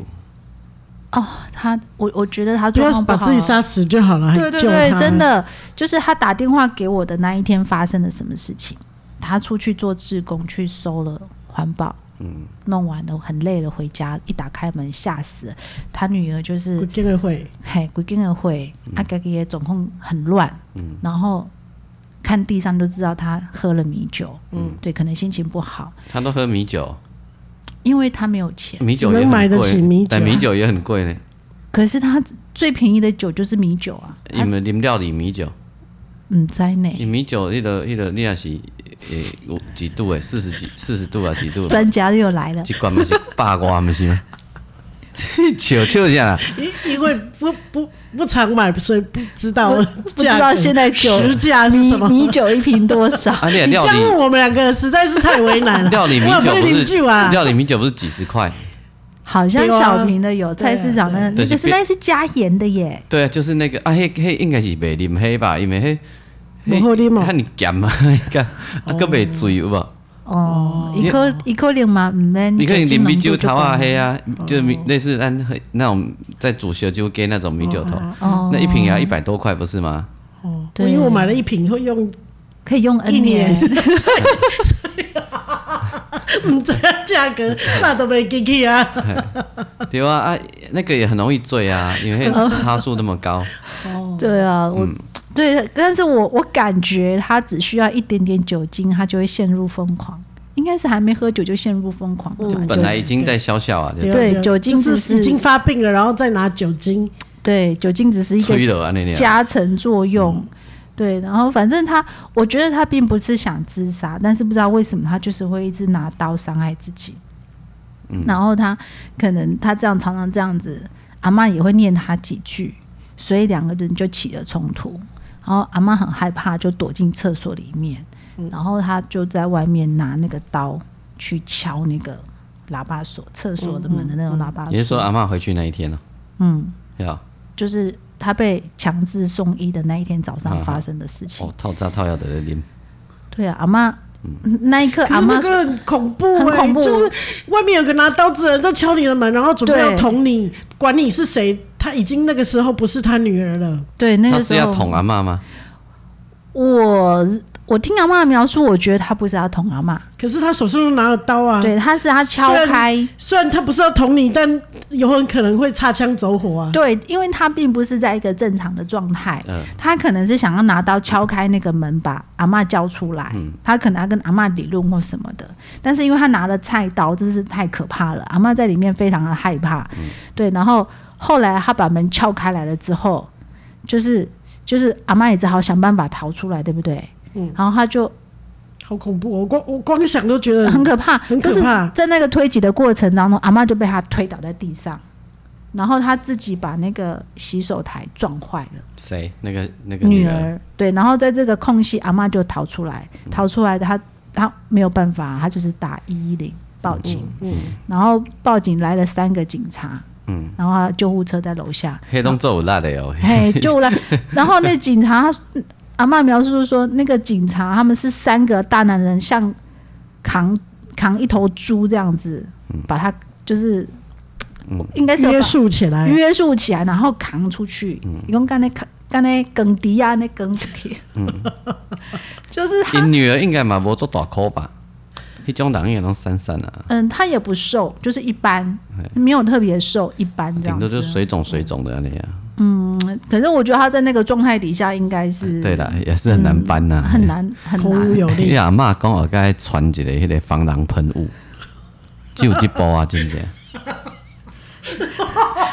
哦，他我我觉得他
不
状
要
况
把
好
自己。杀死就好了，还
对对
救
对，
他
真。的就是他打电话给我的那一天发生了什么事情。他出去做志工，去收了环保，嗯，弄完了很累了，回家一打开门吓死了。他女儿就是
我见个会，
嘿，规定的会，
嗯
他家己的状况很乱，然后看地上就知道他喝了米酒，嗯，对，可能心情不好。
她都喝米酒，
因为他没有钱。
米酒
只
也
能
很
买得起
贵，
米酒啊
但米酒也很贵呢。
可是他最便宜的酒就是米酒啊，
你们啉料理米酒，
嗯，在内
伊米酒迄个迄个你也是诶有几度诶，四十几四十度啊几度，
专家又来了。
一罐毋是百外毋是吗？笑笑啊啥啦？
因因为不不不常买，所以不知道
不不知道现在酒
实价是
米
什么。
米酒一瓶多少？
啊，你也
你
料
这样问
理
我们两个实在是太为难了。
料理米酒
我
不
邻居
是
啊，
料理米酒不是几十块？
<laughs> 好像
对啊
小瓶的有，菜市场
对
的
啊
那
对
个是那是加盐的耶，
对啊，就是那个啊，迄迄应该是袂啉迄吧，因为迄
不好啉哦
遐尼咸啊，迄个啊个袂醉有无？
哦，一颗一颗零嘛，唔免
你可以
酒
淋
精浓
米
度就
酒
够
头啊，
了
黑啊，
哦
就米类似按黑那种在煮小酒给那种米酒头，
哦
那一瓶也要一百多块不是吗？
哦，我
对
因为我买了一瓶会用，
可以用 N
一
年
年，嗯， <laughs> 这样价格咋都没给去啊。
<laughs> 对啊啊，那个也很容易醉啊，因为那趴数那么
<laughs>
高，
对啊，我对，但是我我感觉他只需要一点点酒精，他就会陷入疯狂，应该是还没喝酒就陷入疯狂了吧，
本来已经在消消啊，就
对酒精
就
只
是
是
已经发病了，然后再拿酒精。
对酒精只是一个
吹了啊那样。嗯
加成作用。对，然后反正他，我觉得他并不是想自杀，但是不知道为什么他就是会一直拿刀伤害自己。
嗯
然后他可能他这样常常这样子，阿妈也会念他几句，所以两个人就起了冲突。然后阿妈很害怕，就躲进厕所里面，
嗯
然后他就在外面拿那个刀去敲那个喇叭锁，厕所的门的那种喇叭锁。
你嗯是说阿嬷回去那一天啊呢？
嗯，
对啊，
就是他被强制送医的那一天早上发生的事情。
啊哦，套炸套药的在啉，
对啊，阿妈、
嗯
那一刻
可
阿
是那
妈
个很恐怖
很
哎、
恐怖
就是外面有个拿刀子的人在敲你的门，然后准备
对
要捅你，管你是谁，他已经那个时候不是他女儿了。
对那
他
个
是
时
要
候，
捅啊阿嬷吗？
我我听阿妈的描述，我觉得他不是要捅阿妈，
可是他手上拿了刀啊，
对，他是他敲
虽然
开，
虽然他不是要捅你，但有很可能会擦枪走火啊。
对，因为他并不是在一个正常的状态，
嗯
他可能是想要拿刀敲开那个门，把阿嬷叫出来，
嗯
他可能要跟阿嬷理论或什么的。但是因为他拿了菜刀，真是太可怕了，阿嬷在里面非常的害怕。
嗯
对，然后后来他把门撬开来了之后，就是就是阿嬷也只好想办法逃出来，对不对？
嗯
然后他就
好恐怖！我光我光想都觉得
很可怕，
很
就
可
是
怕
在那个推挤的过程当中，阿嬷就被他推倒在地上，然后他自己把那个洗手台撞坏了。
谁？那个那个
女
女儿，
儿，对，然后在这个空隙，阿妈就逃出来，
嗯
逃出来，她她没有办法，她就是打一一零报警，然后报警来了三个警察，
嗯，
然后她救护车在楼
<laughs>
下，
黑洞做有辣的哦，
嘿，救了，然后那警察，阿妈描述说，那个警察他们是三个大男人，像扛扛一头猪这样子，
嗯
把他就是。应该是有
约
把
束起
哎
来。
约束起来，然后扛出去。
嗯
一共刚才扛，刚才耕迪啊，那耕迪， <laughs> 就是他，
嗯因女儿应该嘛无做大箍吧？迄种人应该拢散散啊，
嗯，他也不瘦，就是一般，没有特别瘦，一般这
哎顶
样
多就是
子。啊
水肿水肿的啊那样。
可是我觉得他在那个状态底下，应该是
哎对啦，哎也是很难搬呐、
嗯很。难很
孔武
难。
有力
你，阿嬷讲我该传一个迄个防狼喷雾，只有这波啊，
<laughs>
真正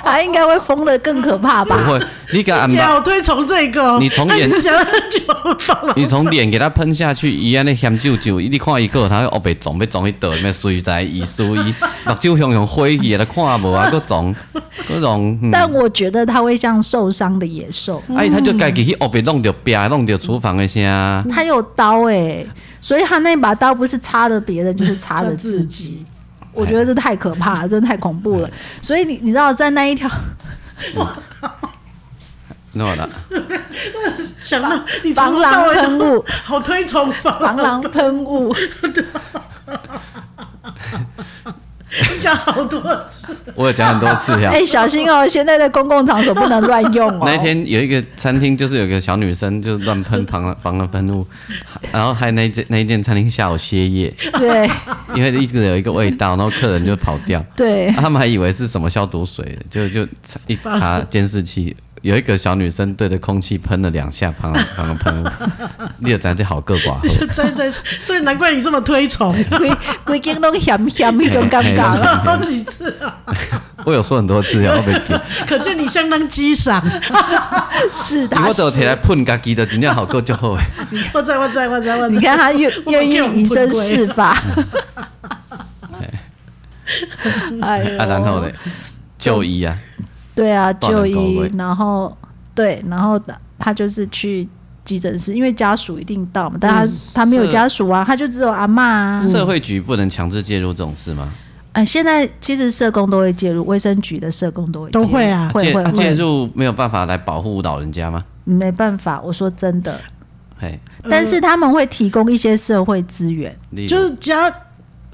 他应该会疯的更可怕
不
吧？
会。你给 <laughs> 阿
姐，
嬷，
我推崇这个哦。
你从
<laughs>
眼
哎你讲了就放了。
你从脸给他喷下去，伊安尼咸酒酒，你看伊个他黑白撞，要撞去倒咩水在伊输伊，目睭向向灰去，都看无啊，搁撞，搁撞。嗯
但我觉得他会像受伤的野兽，
啊，伊他就家己去黑白弄着壁，弄着厨房的声。
他有刀哎、所以他那把刀不是插着别人，就是插着自己。
己，
我觉得这太可怕
哎
了，真的太恐怖了。所以你你知道，在那一条
喏啦，
想到你从
<laughs> 防
头
狼
到尾都
喷雾，
<laughs> 好推崇防
防狼喷
<laughs>
雾，
你讲好多次，
我有讲很多次呀
哎、。小心哦！现在在公共场所不能乱用
<laughs>
哦。
那一天有一个餐厅，就是有个小女生就乱喷防狼防狼喷雾，然后还那一间那一间餐厅下午歇业，
对
因为一直有一个味道，然后客人就跑掉，
对
<laughs> 啊他们还以为是什么消毒水，就就查一查监视器。有一个小女生对着空气喷了两下 <laughs> 防防喷雾，你有咱这好个
<laughs>
寡妇，
对对，所以难怪你这么推
<laughs>
崇，
规规间拢咸咸迄种感觉
嘿 <laughs>
啦。
好几次啊， <laughs>
我有说很多次哦，我袂记，
可见你相当激赏。
哎
是
因为
的，
我只有
是
摕来喷家己的，真正好个就
<laughs>
好诶。
我在我在我在我在，
你看他愿
<laughs> 我
愿意
给我们
以身
不归
试法。 <laughs> 哎呦
啊，然后嘞，
哦
就医啊，
对啊，
断了
就
高
医
位，
然后对，然后他就是去急诊室，因为家属一定到嘛，但
嗯
他、他没有
是
家属啊，他就只有阿嬷啊。
社会局不能强制介入这种事吗？
呃，现在其实社工都会介入，卫生局的社工都会
都
介入
会啊
会
介
会
啊介
会，
入没有办法来保护老人家吗？
没办法，我说真的，
呃
嘿，
但是他们会提供一些社会资源，
例如
就是家，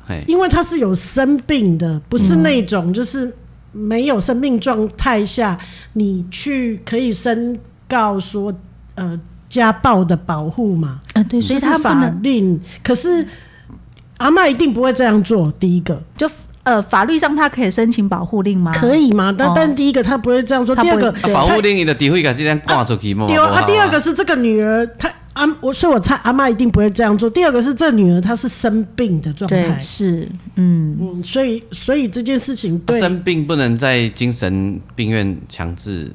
嘿，
因为他是有生病的，不是那种就是没有生病状态下，你去可以申告说呃家暴的保护嘛，
嗯、对，所以
这
他
是
不
法
能
令。可是阿嬷一定不会这样做，第一个。
就呃法律上他可以申请保护令吗？
可以吗？但、
哦
但第一个他不会这样说，
他
第
不
二个
会
啊防护令你的诋毁感这样挂出去嘛？
对
不
啊，
好啊
啊第二个是这个女儿，她啊，我所以我猜阿妈一定不会这样做。第二个是这女儿她是生病的状态
对，，是嗯。
嗯，所以所以这件事情
啊
对，
生病不能在精神病院强制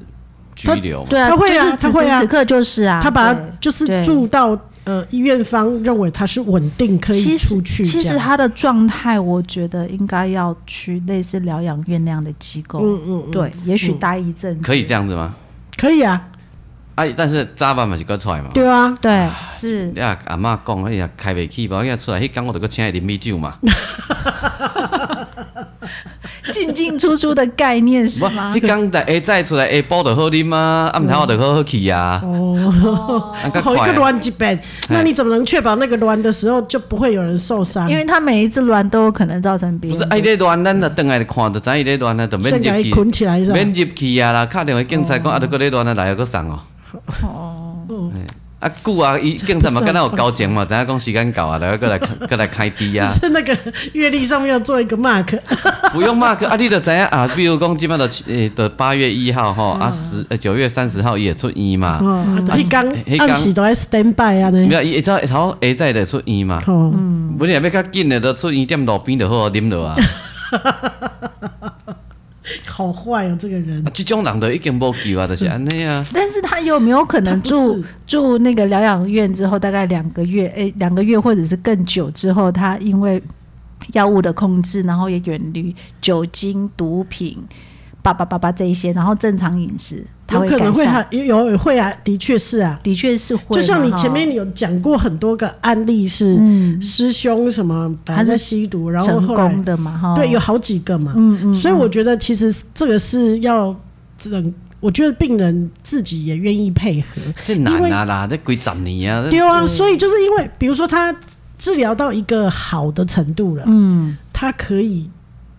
拘留嘛？
对啊，
他会啊
就是
他
此
会啊
时此刻就是啊，
她把她
对
就是
对
住到呃医院方认为她是稳定可以
其实
出去
其
这
实
样，
他的状态，我觉得应该要去类似疗养院那样的机构，
嗯嗯嗯，
对，也许待一阵子、
可以这样子吗？
可以啊，
啊，但是早晚嘛是搁出来嘛。
对啊，
对，
<laughs>
是
你啊，阿嬷讲，哎呀，开袂起吧？伊出来迄天，我就搁请伊啉米
<laughs>
酒嘛。
进进出出的概念是
不，
吗
迄？天在下再出来，下晡就好啉啊，暗头我就好好去啊。
哦，
<laughs> 啊，较
好一
快
个
啊。
卵一本，那你怎么能确保那个卵的时候就不会有人受伤？
因为他每一次乱都有可能造成别
不
人
是，
的。
哎
啊，伊咧乱，咱就转来就看，就知伊咧乱啊，就免
现在
入去，
捆起来是吧？
免入去啊啦。敲电话警察讲，啊，就搁咧乱啊，来啊，搁送哦。
哦
啊，久啊， <laughs> 伊
<laughs>
警察嘛，敢若有交情嘛，知影讲时间到啊，来啊，搁 <laughs> 来搁来开猪
哎
啊。
是那个阅历上面要做一个 mark，
不用 mark 啊，你就知影啊，比如讲即摆就诶，就呃八月一号吼，
嗯
啊十呃九月三十号伊会出院嘛，
哦，
嗯
迄
哎
那
天
天
暗时都在 stand by 啊
没
呢，
有伊会早头下早就出院嘛，
哦，
嗯
本来要较紧的就出院踮路边就好啉落啊，
嗯
啊
好坏哦，这个人，
啊
即啊种人就已经无救啊，就是
嗯
安尼啊，
但是他有没有可能
他不
住
是
住那个疗养院之后，大概两个月，诶，两个月或者是更久之后，他因为药物的控制，然后也远离酒精、毒品、叭叭叭叭这一些，然后正常饮食，他
有可能
改
会
善
啊。，有有会啊，的确是啊，
的确是会，
就像你前，面有讲过很多个案例是
嗯，
师兄什么
他
还在
是
吸毒，然后
成
后来
功的嘛，哈，
对有，好几个嘛，
嗯嗯，
所以我觉得其实这个是要整，我觉得病人自己也愿意配合，
这难啊啦，这几十年
嗯
啊，
对啊，所以就是因为比如说他治疗到一个好的程度了，
嗯
他可以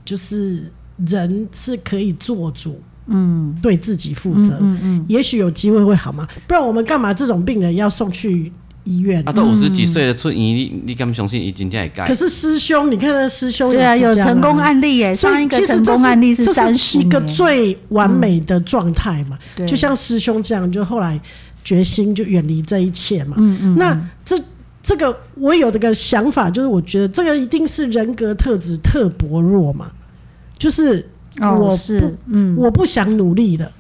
就是人是可以做主，
嗯
对自己负
嗯
责，
嗯嗯，
也许有机会会好吗？不然我们干嘛这种病人要送去医院？嗯
啊都五十几岁了出院，你你敢相信伊真正会
可
改？
是师兄，你看那师兄
对啊，有成功
例，
案例耶，
所
上
以
一个
其实
成
这
功案例
是
三十
这是一个
年嗯
最完美的状态嘛。
对
就像师兄这样，就后来决心就远离这一切嘛。
嗯嗯，
那这这个我有这个想法，就是我觉得这个一定是人格特质特薄弱嘛，就是
哦
我
是嗯，
我不想努力了。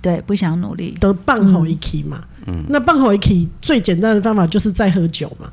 对，不想努力，
得棒吼
嗯
一起嘛。那棒吼一起最简单的方法就是再喝酒嘛。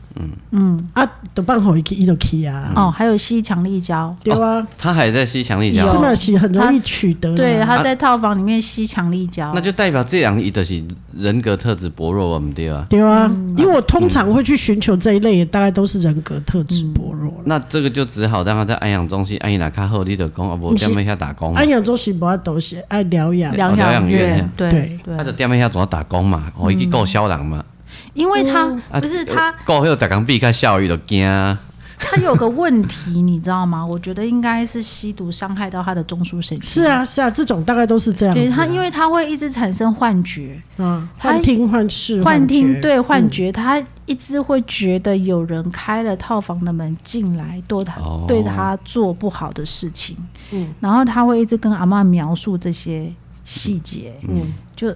嗯，
啊，得棒吼一起一头起啊，
哦，还有吸强力胶，
对啊，
他还在吸强力胶
有
这，么是很容易取得的。啊
对，啊他在套房里面吸强力胶
那，就代表这样伊就是人格特质薄弱，毋对啊。
对啊，
嗯
因为我通常会去寻求这一类，大概都是人格特
嗯
质薄弱了。
那这个就只好让他在安养中心，安养较好，你就讲啊，无
不是
踮咧遐打工嘛。
安养中心不要都是爱疗养，
哦疗养
养
院呀
对
对
啊，就
对，
踮咧遐怎啊打工嘛，哦，伊去顾小人嘛，
因为他
嗯
啊，
不是他，
顾迄逐工比较效益就惊啊，
他有个问题，你知道吗？我觉得应该是吸毒伤害到他的中枢神经，
是，啊是啊，这种大概都是这样
对
子
他，因
啊。
为他会一直产生幻觉，
啊，
嗯他
幻听幻视
幻听
觉，
对
嗯
幻觉，他一直会觉得有人开了套房的门进来，对他、
哦
对他做不好的事情，
嗯
然后他会一直跟阿嬷描述这些细节，
嗯
就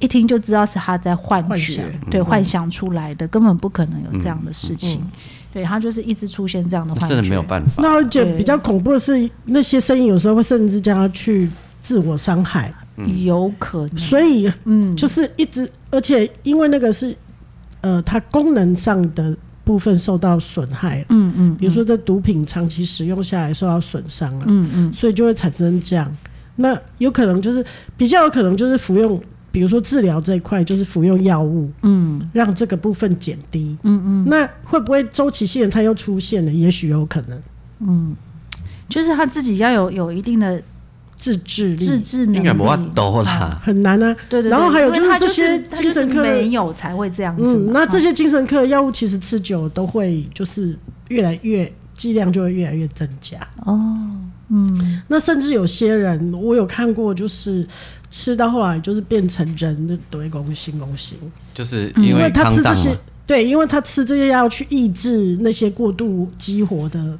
一听就知道是他在幻
幻
觉，
想
对，
嗯
幻想出来的，根本不可能有这样的事情。对他就是一直出现这样的幻
那
觉，
啊真的没有办法。
那而且
对
比较恐怖的是，那些声音有时候会甚至将他去自我伤害，
嗯
有可能。
所以
嗯，
就是一直，而且因为那个是呃，它功能上的部分受到损害了，
嗯嗯，
比如说这毒品长期使用下来受到损伤了，
嗯，嗯
所以就会产生这样。那有可能就是比较有可能就是服用，比如说治疗这一块就是服用药物，
嗯嗯
让这个部分减低。
嗯嗯，
那会不会周期性的它又出现了？也许有可能
就是他自己要有有一定的
自制
自
力
制
应
能力
该。没法多啦，
很难啊。
对对对，
然后还有
因为
就是
他
这
就
些
是他就是
精神科
没有才会这样子嘛。
嗯，那这
些
些精神科药物其实吃久了都会就是越来越剂量就会越来越增加。
哦，嗯
那甚至有些人我有看过，就是吃到后来就是变成人的对公心公心，
就是
嗯
因
因
为
嗯他
康
吃这
荡
些
嘛，
对，因为他吃这些药去抑制那些过度激活的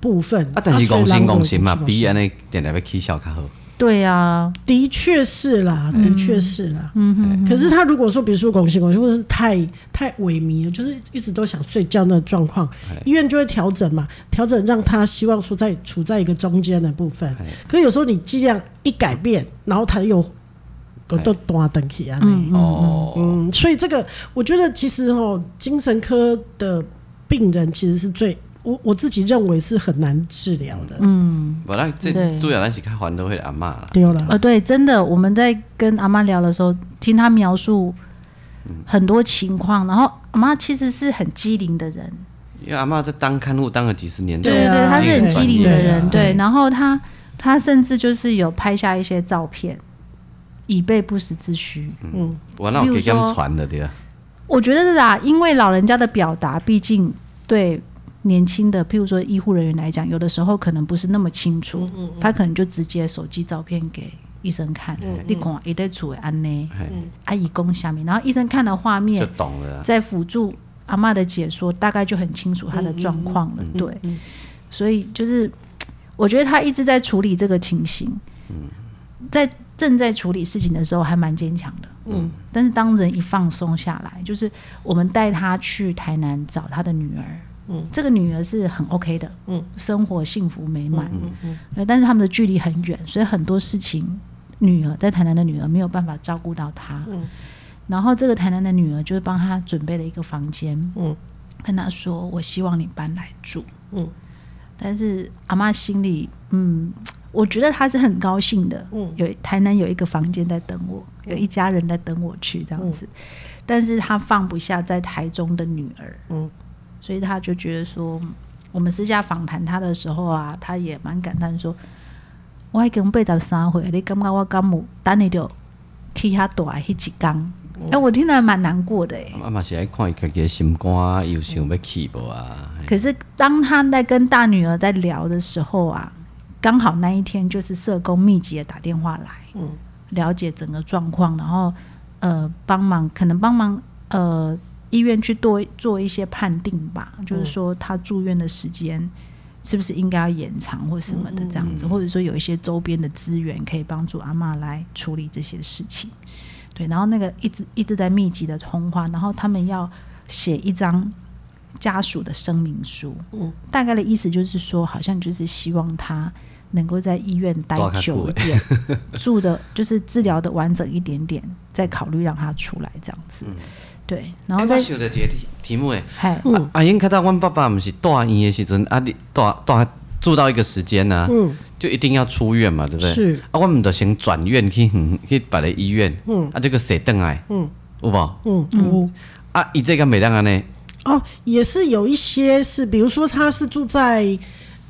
部分。
啊，但是
所以
讲
让我
心讲心嘛，
有
比安尼点点要起效较好。
对呀，
的确是啦，的确是啦。
嗯哼，
可是他如果说，比如说拱形拱形，或者是太太萎靡了，就是一直都想睡觉那状况，
哎
医院就会调整嘛，调整让他希望说在处在一个中间的部分
哎。
可有时候你剂量一改变，然后他又都断等起啊。
哎嗯嗯
哦，
嗯，所以这个我觉得其实哦，精神科的病人其实是最我我自己认为是很难治疗的。
嗯，
本来这
对
主要咱是较烦恼迄个阿嬷啦，
丢了，
呃，对，真的，我们在跟阿妈聊的时候，听她描述很多情况，然后阿妈其实是很机灵的人，
因为阿嬷在当看护当了几十年，
对
对
啊
对，她是很机灵的人，
对啊
对，然后她她甚至就是有拍下一些照片，以备不时之需。
嗯，
我那有给他们传的对啊，
我觉得啦，因为老人家的表达，毕竟对年轻的，譬如说医护人员来讲，有的时候可能不是那么清楚，他可能就直接手机照片给医生看，你讲一在厝安呢，
嘿
阿姨公下面，然后医生看了画
就
面，
懂了啊。
再辅助阿嬷的解说，大概就很清楚她的状况了。
嗯
对，所以就是我觉得他一直在处理这个情形，在正在处理事情的时候还蛮坚强的。嗯，但是当人一放松下来，就是我们带他去台南找他的女儿。嗯，这个女儿是很 OK 的，嗯，生活幸福美满，嗯但是他们的距离很远，所以很多事情，女儿在台南的女儿没有办法照顾到她，然后这个台南的女儿就是帮他准备了一个房间，
嗯
嗯，跟他说：“我希望你搬来住。”
嗯
嗯，但是阿妈心里，嗯，我觉得她是很高兴的，
嗯
嗯，有台南有一个房间在等我，有一家人在等我去这样子，但是她放不下在台中的女儿，
嗯
嗯，所以她就觉得说，我们私下访谈她的时候啊，她也蛮感叹说。我已经八十三岁，你感觉我敢有等你就去遐住迄一天？哎、我听了蛮难过的哎、
阿妈是爱看伊家己的心肝，啊，伊有想要去无啊？
可是当他在跟大女儿在聊的时候啊，刚好那一天就是社工密集的打电话来，
嗯
了解整个状况，然后呃帮忙，可能帮忙呃医院去多做一些判定吧，就是说他住院的时间。是不是应该要延长或什么的这样子，或者说有一些周边的资源可以帮助阿嬷来处理这些事情？对，然后那个一直一直在密集的通话，然后他们要写一张家属的声明书，
嗯
大概的意思就是说，好像就是希望他能够在医院待
多较
久
久
一点， <laughs> 住的就是治疗的完整一点点，再考虑让他出来这样子。对，然后
哎
再
我想到一个题题目诶，
嗨，
嗯
阿英看到阮爸爸毋是大院的时阵，啊，你大大住到一个时间呐，
嗯，
就一定要出院嘛，对不对？
是
啊，我们就先转院去远去别个医院，嗯，啊，这个谁等来，嗯，有无？
嗯嗯。
啊，伊这个袂当安尼，
哦，也是有一些是，比如说他是住在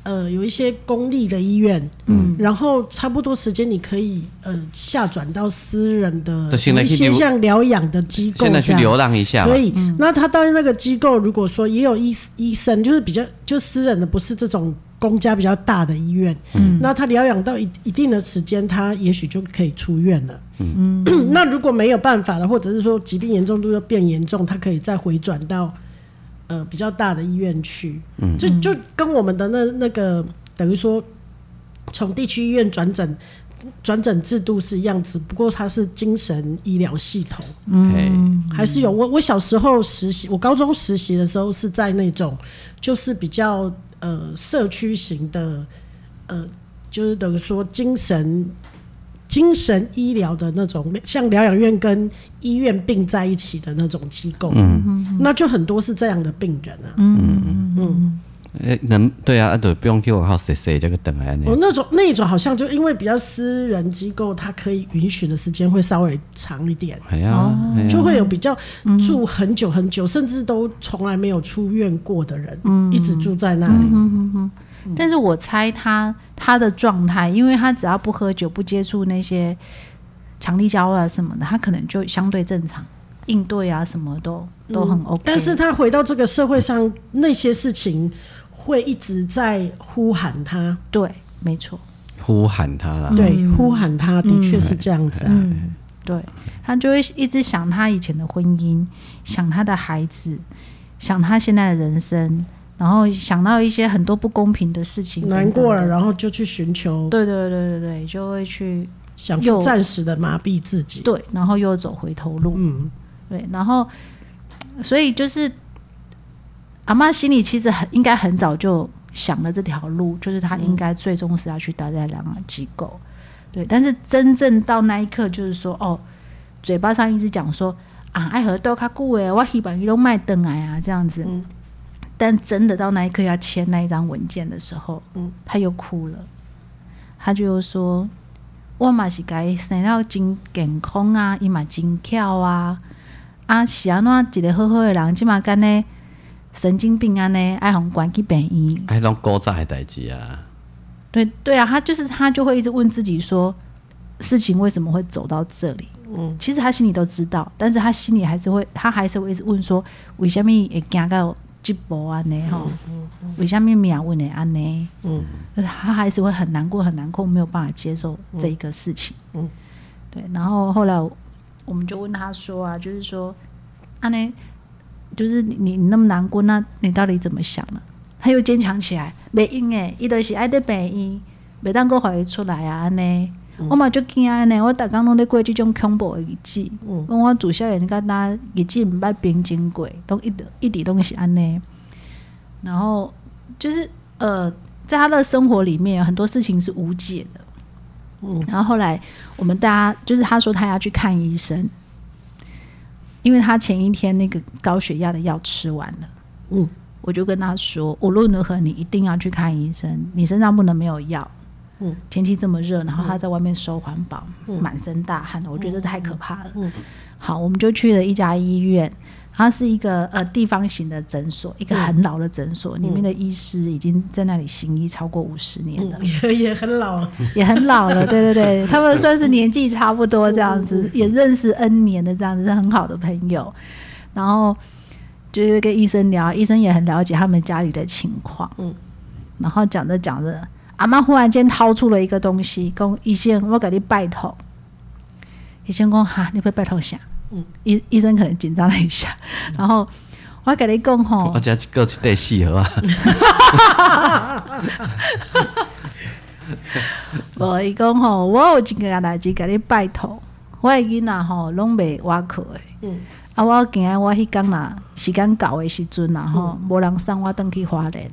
呃有一些公立的医院，嗯，然后差不多时间你可以呃下转到私人的
就先来
一
去
些
留
像疗养的机构
现在
这
去
样。
流浪一下嘛
可，以，那他到那个机构，如果说也有医医生，就是比较就私人的，不是这种公家比较大的医院，嗯，那他疗养到一一定的时间，他也许就可以出院了，嗯， <clears throat> 那如果没有办法了，或者是说疾病严重度又变严重，他可以再回转到呃比较大的医院去，嗯，就就跟我们的那那个等于说从地区医院转诊转诊制度是一样子，不过它是精神医疗系统，
嗯，
还是有我我小时候实习，我高中实习的时候是在那种就是比较呃社区型的，呃，就是等于说精神精神医疗的那种，像疗养院跟医院并在一起的那种机构，嗯，那就很多是这样的病人啊，嗯
诶、能对啊，啊，对，不用去外口踅踅，这个等来呢
我、。哦那种那一种好像就因为比较私人机构，它可以允许的时间会稍微长一点。
哎呀，哎呀
就会有比较住很久很久，甚至都从来没有出院过的人，一直住在那里。
嗯
嗯
但是我猜他他的状态，因为他只要不喝酒、不接触那些强力胶啊什么的，他可能就相对正常，应对啊什么都都很 OK。
嗯但是他回到这个社会上，那些事情会一直在呼喊他，
对，没错，
呼喊他啦。
对，呼喊他的确是这样子啊。
对他就会一直想他以前的婚姻，想他的孩子，想他现在的人生，然后想到一些很多不公平的事情，
难过啊了，
等等的。
然后就去寻求，
对对对对对，就会去
想
有
暂时的麻痹自己。
对，然后又走回头路。
嗯，
对，然后所以就是阿妈心里其实很应该很早就想了这条路，就是她应该最终是要去待在疗养机构。对，但是真正到那一刻，就是说哦，嘴巴上一直讲说啊，爱和豆卡固诶，我希望伊都卖灯来啊这样子。但真的到那一刻要签那一张文件的时候，嗯，他又哭了，他就说：“我嘛是该生到真健康啊，伊嘛真巧啊，啊，是安怎一个好好的人，即嘛干呢神经病安呢，爱互关去病院。
哎，拢古早的代志啊，
对对啊，他就是他就会一直问自己说，事情为什么会走到这里？嗯，其实他心里都知道，但是他心里还是会，他还是会一直问说，为什么会行到这步安尼吼？为什么命运会安尼？
嗯
嗯，他还是会很难过，很难过，没有办法接受这一个事情。
嗯
嗯
嗯，
对。然后后来我们就问他说啊，就是说，安尼，就是你你那么难过，那你到底怎么想呢？他又坚强起来，袂用诶，伊都是爱得病医，袂当够互伊出来啊安尼。我嘛就惊安尼，我逐工拢咧过即种恐怖的日子，
嗯
讲我自小人敢若日子毋捌平静过，拢一直一直拢是安尼。然后就是呃，在他的生活里面有很多事情是无解的。
嗯，
然后后来我们大家就是他说他要去看医生，因为他前一天那个高血压的药吃完了。
嗯，
我就跟他说，无论如何你一定要去看医生，你身上不能没有药。
嗯，
天气这么热，然后他在外面收环保，满身大汗，我觉得太可怕了。
嗯
好，我们就去了一家医院，它是一个呃地方型的诊所，一个
嗯
很老的诊所，里面的医师已经在那里行医超过五十年了。
也 <laughs> 也很老了，
<laughs> 也很老
<laughs>
了，对对对，他们算是年纪差不多这样子，也认识 N 年的这样子，是很好的朋友。然后就是跟医生聊，医生也很了解他们家里的情况。
嗯，
然后讲着讲着，阿妈忽然间掏出了一个东西，跟医生，我给你拜托。医生讲哈，你会拜托啥？
嗯，
医医生可能紧张了一下，然后我给你讲吼
我，只一个一块四盒啊，
无伊讲吼，我有一件代志给你拜托，我的囡仔吼拢袂挖课的。
嗯
啊，我惊我迄工啦，时间到的时阵啦吼，无、人送我登去花莲。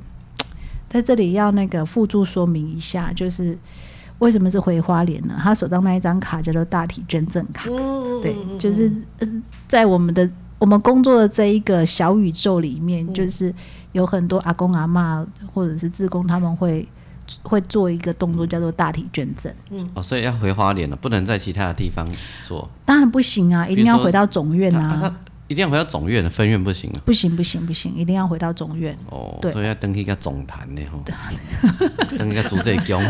在这里要那个附注说明一下，就是为什么是回花莲呢？他手上那一张卡叫做大体捐赠卡，
嗯，
对，就是呃在我们的我们工作的这一个小宇宙里面，就是有很多阿公阿妈或者是志工，他们会会做一个动作叫做大体捐赠。
嗯
<laughs> 哦，所以要回花莲了，不能在其他的地方做
当然不行啊，一定要
比如说
回到总院
啊
啊，
他一定要回到总院的分院不行啊。
不行不行不行，一定要回到总院。
哦，
对
所以要登去个总坛的吼， <laughs> 登去个主这宫。
<laughs>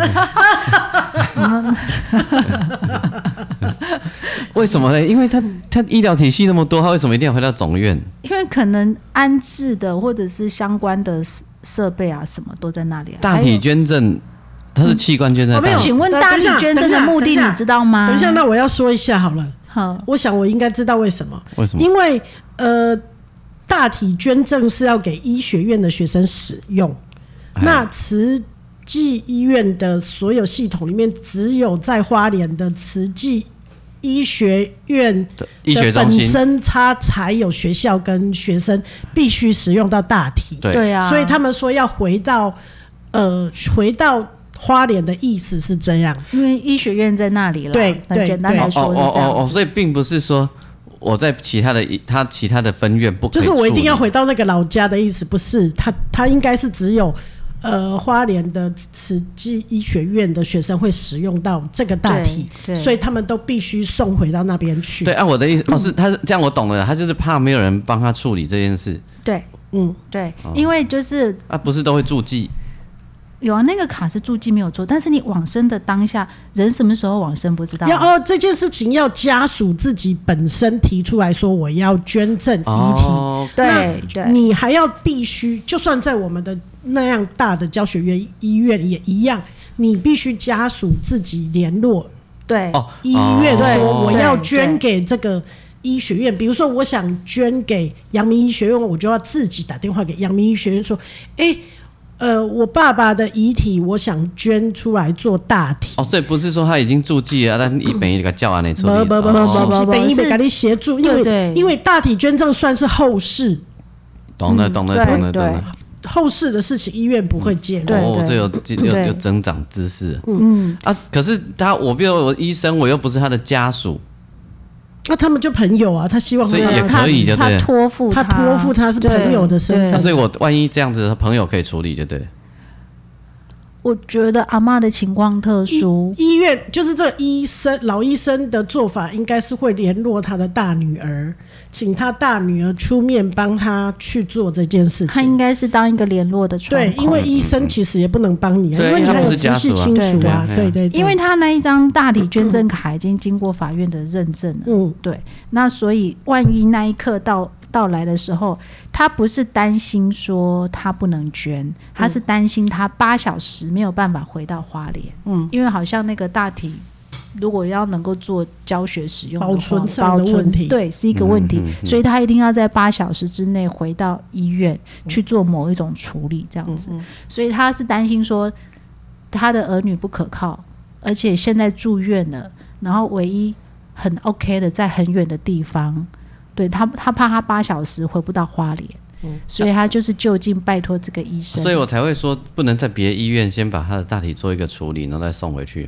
为什么呢？因为他他医疗体系那么多，他为什么一定要回到总院？
因为可能安置的或者是相关的设设备啊，什么都在那里、啊。
大体捐赠，他是器官捐赠
哦没
大
有
还有，
体，
请问
等
大体捐赠的目的
等一下
你知道吗？
等一下，，那我要说一下好了。
好，
我想我应该知道为什么，
为什么？
因为呃，
哎
大体捐赠是要给医学院的学生使用，那慈济医院的所有系统里面，只有在花莲的慈济医学院
的医
的
学中
本
心，
身，它才有学校跟学生必须使用到大体。
对
对啊，
所以他们说要回到呃，回到花莲的意思是这样。
因为医学院在那里了，
对
很
对
简单
对
来
哦
说
哦
是
哦
这样
哦哦，所以并不是说我在其他的一他其他的分院不可
就
以
是
处理，
我一定要回到那个老家的意思，不是他，他应该是只有呃花莲的慈济医学院的学生会使用到这个大体，
对对
所以他们都必须送回到那边去。
对，按、我的意思，哦，是他是这样，我懂了，他就是怕没有人帮他处理这件事
对
嗯，
对，
哦
因为就是
啊，不是都会注记
有啊，那个卡是注记没有做，但是你往生的当下，人什么时候往生不知道啊，
要哦，这件事情要家属自己本身提出来说我要捐赠遗体，
哦，
对对
你还要必须，就算在我们的那样大的教学院医院也一样，你必须家属自己联络
对
哦，
医院
对
说我要捐
对
给这个医学院，比如说我想捐给阳明医学院，我就要自己打电话给阳明医学院说，哎、呃，我爸爸的遗体我想捐出来做大体。
哦，所以不是说他已经注记了，但一本一个叫完你处
不
理，
不不
哦
不是不
不
是，
不
本医
是
美给你协助，因
对对
为因为大体捐赠算是后事，
懂了懂
嗯
了
对
懂了懂
嗯对
了，
后事的事情医院不会介入。
对
哦，
对
这有这
对
有有增长知识
嗯，
啊，可是他我比如我医生，我又不是他的家属，
那他们就朋友啊，他希望
所以
他
也可以就对
他
了。
托付
他托付他是朋友的身份
啊
对对
所以我万一这样子，朋友可以处理，对不对？
我觉得阿嬷的情况特殊，
医院就是这个医生老医生的做法，应该是会联络他的大女儿，请他大女儿出面帮他去做这件事
他
情。
应该是当一个联络的窗
对，
口
因为医生其实也不能帮你啊，
对
因为你
因为他
还
不
有
是
直
家属
系
啊
亲属啊，
对
对对，对
因为他那一张大理捐赠卡已经经过法院的认证了，
嗯，
对，那所以万一那一刻到到来的时候，他不是担心说他不能捐，他是担心他八小时没有办法回到花莲，嗯，因为好像那个大体如果要能够做教学使用的话，
保存上的
保存
问题
对，是一个问题，
嗯嗯嗯
所以他一定要在八小时之内回到医院
嗯
去做某一种处理，这样子，所以他是担心说他的儿女不可靠，而且现在住院了，然后唯一很 OK 的在很远的地方，对他他怕他八小时回不到花莲，
嗯
所以他就是就近拜托这个医生。
所以我才会说，不能在别的医院先把他的大体做一个处理，然后再送回去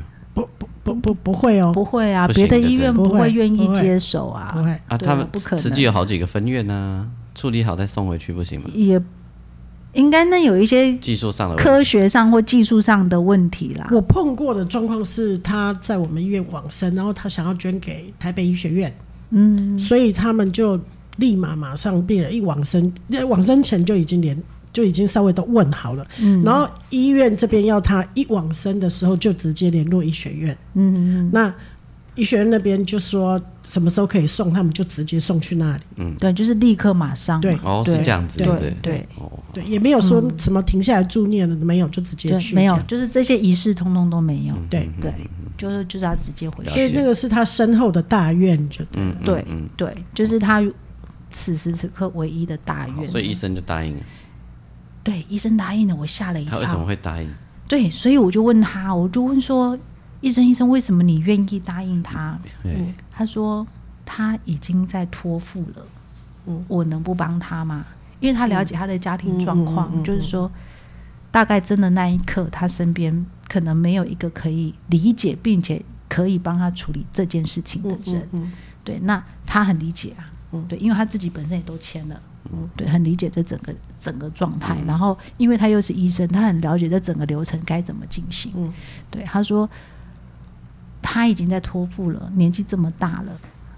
不不不会哦，
不会啊，
不行
别
的
的医
对
院不
不会
会愿意
不会
接手
不
啊，
会，
啊。
对
他们
不可能
实际有好几个分院呢、处理好再送回去不行吗？
也应该那有一些
技术上的问题
科学上或技术上的问题啦。
我碰过的状况是，他在我们医院往生，然后他想要捐给台北医学院，嗯，所以他们就立马马上病人一往生，呃往生前就已经连就已经稍微都问好了，嗯，然后医院这边要他一往生的时候就直接联络医学院，嗯那医学院那边就说什么时候可以送，他们就直接送去那里，
对，就是立刻马上
嗯对
嘛。
哦，是
对
这样子，
对
对不
对对
哦，
对，也没有说什么停下来助念了，嗯没有，就直接
对，
去，
没有，，就是这些仪式通通都没
嗯
有。
对，
对，就是就是要直接回
了
去。
所以那个是他身后的大愿，就对
嗯，嗯
对
嗯
对，就是他此时此刻唯一的大
好
愿。
哦所以医生就答应了。
对医生答应了，我吓了一
他
跳
为。什么会答应？
对，所以我就问他，我就问说，医生医生，为什么你愿意答应他？
对，
他说他已经在托付了，
嗯
我能不帮他吗？因为他了解他的家庭状
嗯
况，就是说，大概真的那一刻，他身边可能没有一个可以理解并且可以帮他处理这件事情
嗯
的人。对，那他很理解啊，对，因为他自己本身也都签了。对，很理解这整个整个状态，然后因为他又是医生，他很了解这整个流程该怎么进行。对，他说他已经在托付了，年纪这么大了，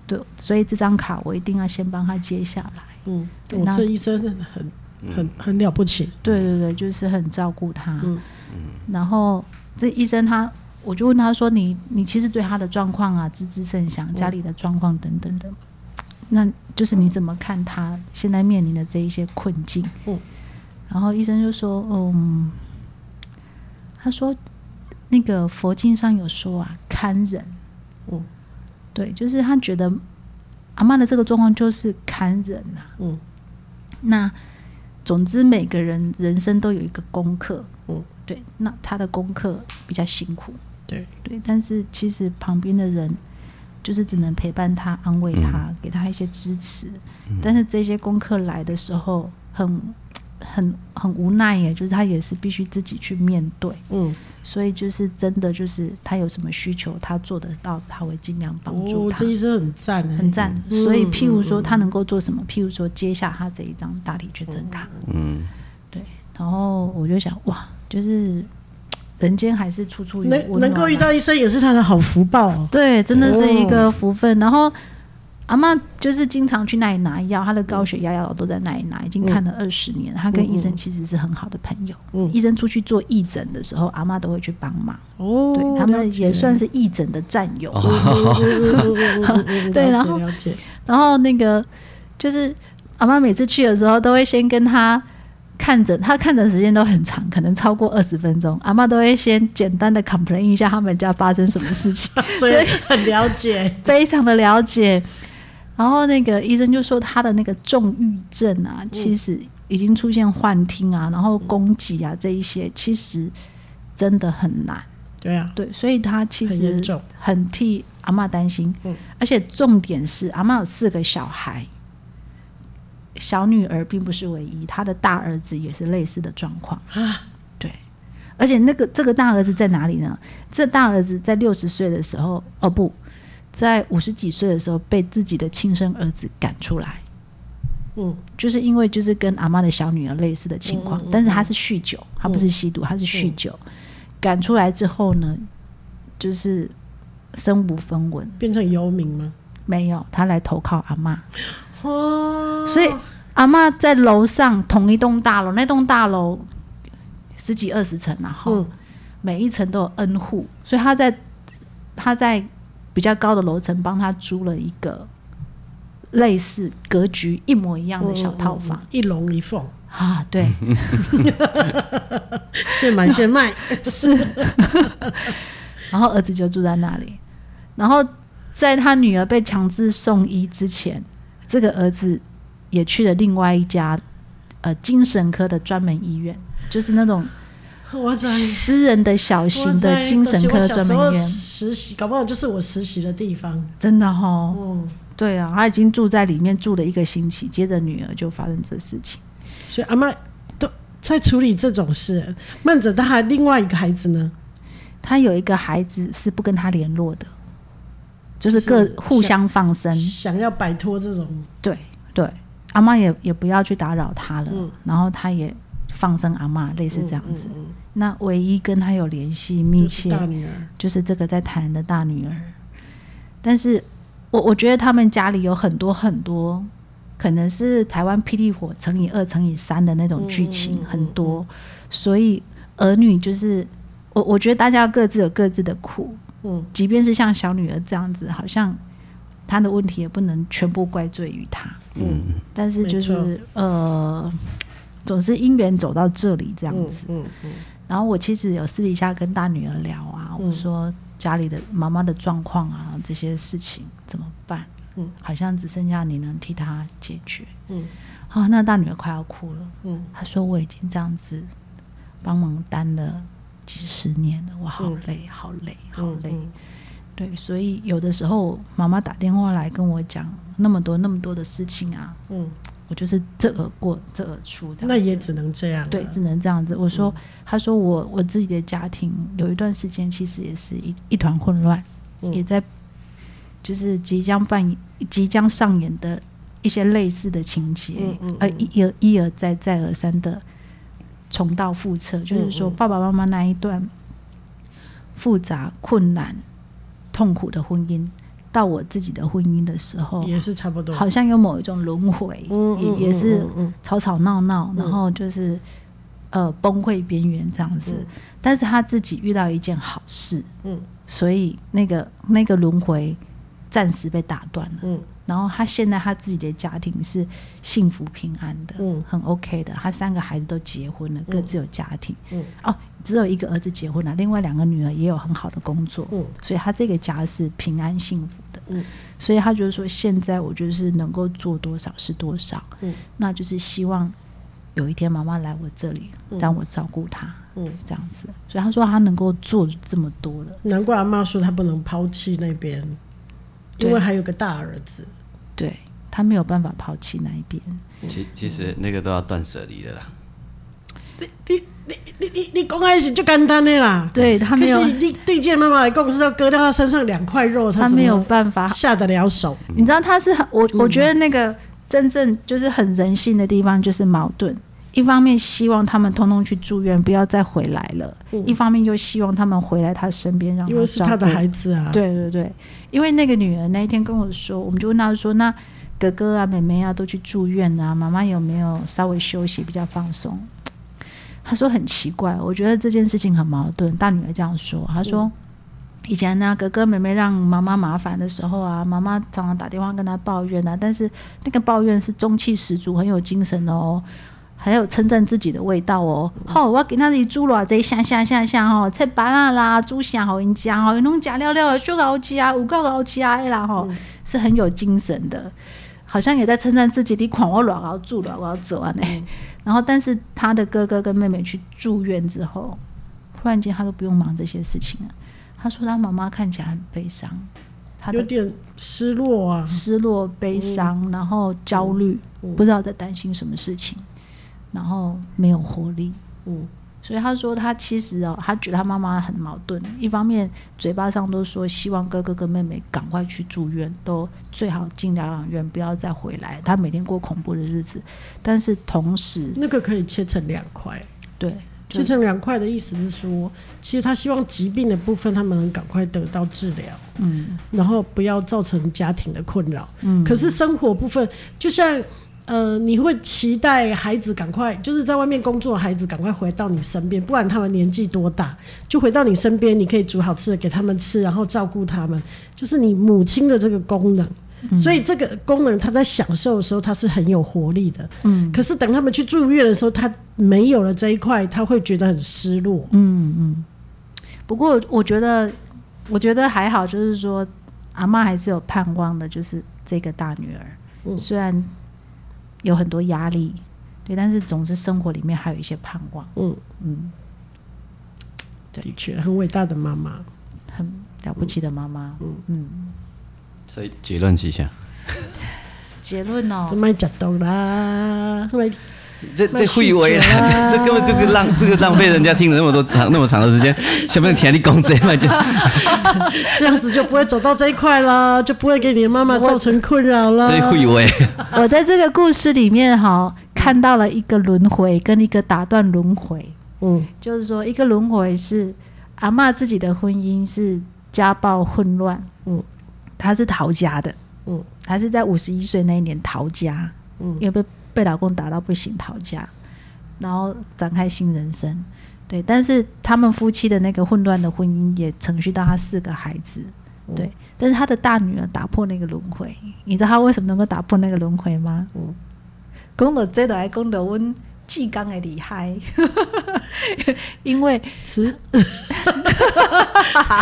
对，所以这张卡我一定要先帮他接下来。
嗯，
对
我
那
这医生很很很了不起，
对对对，就是很照顾他。然后这医生他，我就问他说：“你你其实对他的状况啊，知之甚详，家里的状况等等的，那就是你怎么看他现在面临的这一些困境？”
嗯
然后医生就说：“嗯，他说那个佛经上有说啊，堪忍。
嗯
对，就是他觉得阿妈的这个状况就是堪忍啊。
嗯
那总之每个人人生都有一个功课，
嗯
对，那他的功课比较辛苦，
对
对，但是其实旁边的人就是只能陪伴他、安慰他、
嗯
给他一些支持，但是这些功课来的时候很。很很无奈耶，就是他也是必须自己去面对，
嗯，
所以就是真的就是他有什么需求，他做得到，他会尽量帮助
哦，
他。
这医生很赞哎，
很赞。
嗯
所以，譬如说他能够做什么？譬如说接下他这一张大体捐赠卡，
嗯，
对。然后我就想，哇，就是嘖人间还是处处有温
能
暖啊
能够遇到医哦生也是他的好福报哦。
对，真的是一个福分。然后阿妈就是经常去那里拿药，她的高血压药都在那里拿，已经看了二十年。她跟医生其实是很好的朋友。
嗯
医生出去做义诊的时候，阿妈都会去帮忙。
哦，
<laughs> 对他们也算
是
是义诊的战友。
对
<laughs> 对
<laughs>
然后
哦了解，
然后那个就是阿妈每次去的时候，都会先跟她看诊，她看诊时间都很长，可能超过二十分钟。阿妈都会先简单的 complain 一下他们家发生什么
<laughs>
事情，
所以很了解。
非常的了解。然后那个医生就说他的那个重郁症
嗯
啊，其实已经出现幻听啊，然后攻击啊这一些，其实真的很难。
对啊，
对，所以他其
很严
实
重
很替阿嬷担心，
嗯
而且重点是阿嬷有四个小孩，小女儿并不是唯一，她的大儿子也是类似的状况，
啊，
对。而且那个这个大儿子在哪里呢？这大儿子在六十岁的时候，哦不，在五十几岁的时候被自己的亲生儿子赶出来，
嗯
就是因为就是跟阿妈的小女儿类似的情况，
嗯嗯嗯嗯
但是她是酗酒，她不是吸毒，她是酗酒。赶出来之后呢，就是身无分文，
变成游民吗？
没有她来投靠阿妈，
哦，
所以阿妈在楼上同一栋大楼，那栋大楼十几二十层然后、
嗯
每一层都有 N 户，所以她在她在比较高的楼层帮她租了一个类似格局一模一样的小套房、
嗯一龙一凤，
啊，对。
现买现卖，
是，然后儿子就住在那里，然后在他女儿被强制送医之前，这个儿子也去了另外一家呃精神科的专门医院，就是那种
我在。
私人的小型
我
的
在
精神科
我
的
小
专
时
门
候
医院，
实习，搞不好就是我实习的地方。
真的哦，
哦，
对啊，他已经住在里面住了一个星期，接着女儿就发生这事情。
所以阿妈都在处理这种事。慢着，他还另外一个孩子呢，
他有一个孩子是不跟他联络的，就是各
就是
互相放生。
想要摆脱这种，
对对，阿妈也也不要去打扰他了，
嗯
然后他也放生阿妈，类似这样子。那唯一跟他有联系密
就是
切，
大女儿，
就是这个在台南的大女儿。但是我我觉得他们家里有很多很多，可能是台湾霹雳火乘以二乘以三的那种剧情、很
嗯
多，所以儿女就是我我觉得大家各自有各自的苦，
嗯，
即便是像小女儿这样子，好像她的问题也不能全部怪罪于她，嗯，但是就
没
是呃，总是因缘走到这里这样
嗯
子，
嗯嗯，
然后我其实有私底下跟大女儿聊啊，我说家里的妈妈的状况啊，这些事情怎么办？
嗯，
好像只剩下你能替她解决。
嗯，
啊，那大女儿快要哭了。
嗯，
她说我已经这样子帮忙担了几十年了，我好累，好累，好
嗯
累。
嗯
对，所以有的时候妈妈打电话来跟我讲那么多那么多的事情啊，
嗯，
我就是这耳过这耳出这样子。
那也只能这样了。
对，只能这样子。我说，
嗯
他说我我自己的家庭有一段时间其实也是一一团混乱，
嗯
也在就是即将扮演、即将上演的一些类似的情节，
嗯嗯
呃一一而一而再再而三的重蹈覆辙，就是说
嗯
爸爸妈妈那一段复杂、困难、痛苦的婚姻，到我自己的婚姻的时候，
也是差不多。
哦好像有某一种轮回，
嗯嗯
也也是
嗯嗯
吵吵闹闹，
嗯
然后就是呃崩溃边缘这样子。但是他自己遇到一件好事，
嗯
所以那个那个轮回暂时被打断了。
嗯
然后他现在他自己的家庭是幸福平安的，
嗯
很 OK 的。他三个孩子都结婚了，各自有家庭。
嗯
哦，只有一个儿子结婚了，另外两个女儿也有很好的工作。
嗯
所以他这个家是平安幸福的。
嗯
所以他就是说，现在我就是能够做多少是多少。
嗯
那就是希望有一天妈妈来我这里，让我照顾她，
嗯
嗯，这样子。所以他说他能够做这么多了，
难怪阿妈说她不能抛弃那边，因为
对
还有个大儿子。
对他没有办法抛弃那一边。
其其实那个都要断舍离的啦。
你你你公开是就简单的啦，
对他
可
没有
是，你对健妈妈来讲是要割掉她身上两块肉，她
他
怎
没有
么
办法
下得了手？
你知道他是很我，
嗯
我觉得那个真正就是很人性的地方就是矛盾。一方面希望他们通通去住院，不要再回来了；一方面又希望他们回来他身边，让
嗯因为是她
他
的
照顾。
孩子啊。
对对对，因为那个女儿那一天跟我说，我们就问她说：“那哥哥啊、妹妹啊都去住院啊，妈妈有没有稍微休息比较放松？”她说很奇怪，我觉得这件事情很矛盾。大女儿这样说，她说。以前呢、哥哥妹妹让妈妈麻烦的时候啊，妈妈常常打电话跟她抱怨啊，但是那个抱怨是中气十足，很有精神的哦，还有称赞自己的味道哦。吼、我给那里煮偌济下下下下吼，切白啦啦，煮啥好因食吼，拢食了了，就熬吃啊，有够熬吃的啦吼，是很有精神的，好像也在称赞自己你看我偌熬住，偌熬走啊呢。然后，但是他的哥哥跟妹妹去住院之后，突然间他都不用忙这些事情了。他说他妈妈看起来很悲伤，他
有
的
点失落啊。
失落、悲伤，然后焦虑，
嗯
不知道在担心什么事情，然后没有活力。
嗯
所以他说他其实哦，他觉得他妈妈很矛盾，一方面嘴巴上都说希望哥哥跟妹妹赶快去住院，都最好进疗养院，不要再回来。他每天过恐怖的日子，但是同时
那个可以切成两块，
对
切成两块的意思是说，其实他希望疾病的部分他们能赶快得到治疗，嗯，然后不要造成家庭的困扰，嗯。可是生活部分，就像呃，你会期待孩子赶快，就是在外面工作，孩子赶快回到你身边，不管他们年纪多大，就回到你身边，你可以煮好吃的给他们吃，然后照顾他们，就是你母亲的这个功能。所以这个功能，他在享受的时候，他是很有活力的。嗯，可是等他们去住院的时候，他没有了这一块，他会觉得很失落。
嗯不过我觉得，我觉得还好，就是说阿妈还是有盼望的，就是这个大女儿，
嗯
虽然有很多压力，对，但是总是生活里面还有一些盼望，对哦
的确，很伟大的妈妈。
很了不起的妈妈。
所以结论是啥？
结论哦，
卖假豆啦，卖
这
那
这废话
是
啦， <laughs> 这这根本就是浪这个浪费人家听了那么多长那么长的时间，想不想听你
<laughs>
讲这嘛就
这样子就不会走到这一块啦， <laughs> 就不会给你的妈妈造成困扰啦。
这废话。
我在这个故事里面哈、看到了一个轮回跟一个打断轮回，
嗯
就是说一个轮回是阿嬷自己的婚姻是家暴混乱，
嗯
嗯，她是逃家的，
嗯
嗯，她是在五十一岁那一年逃家，
嗯
嗯，因为被被老公打到不行逃家，然后展开新人生，对，但是他们夫妻的那个混乱的婚姻也程序到她四个孩子，对，但是她的大女儿打破那个轮回，你知道她为什么能够打破那个轮回吗？
嗯
嗯，讲到这就来讲到阮志刚的厉害， <laughs> 因为 <laughs>
慈，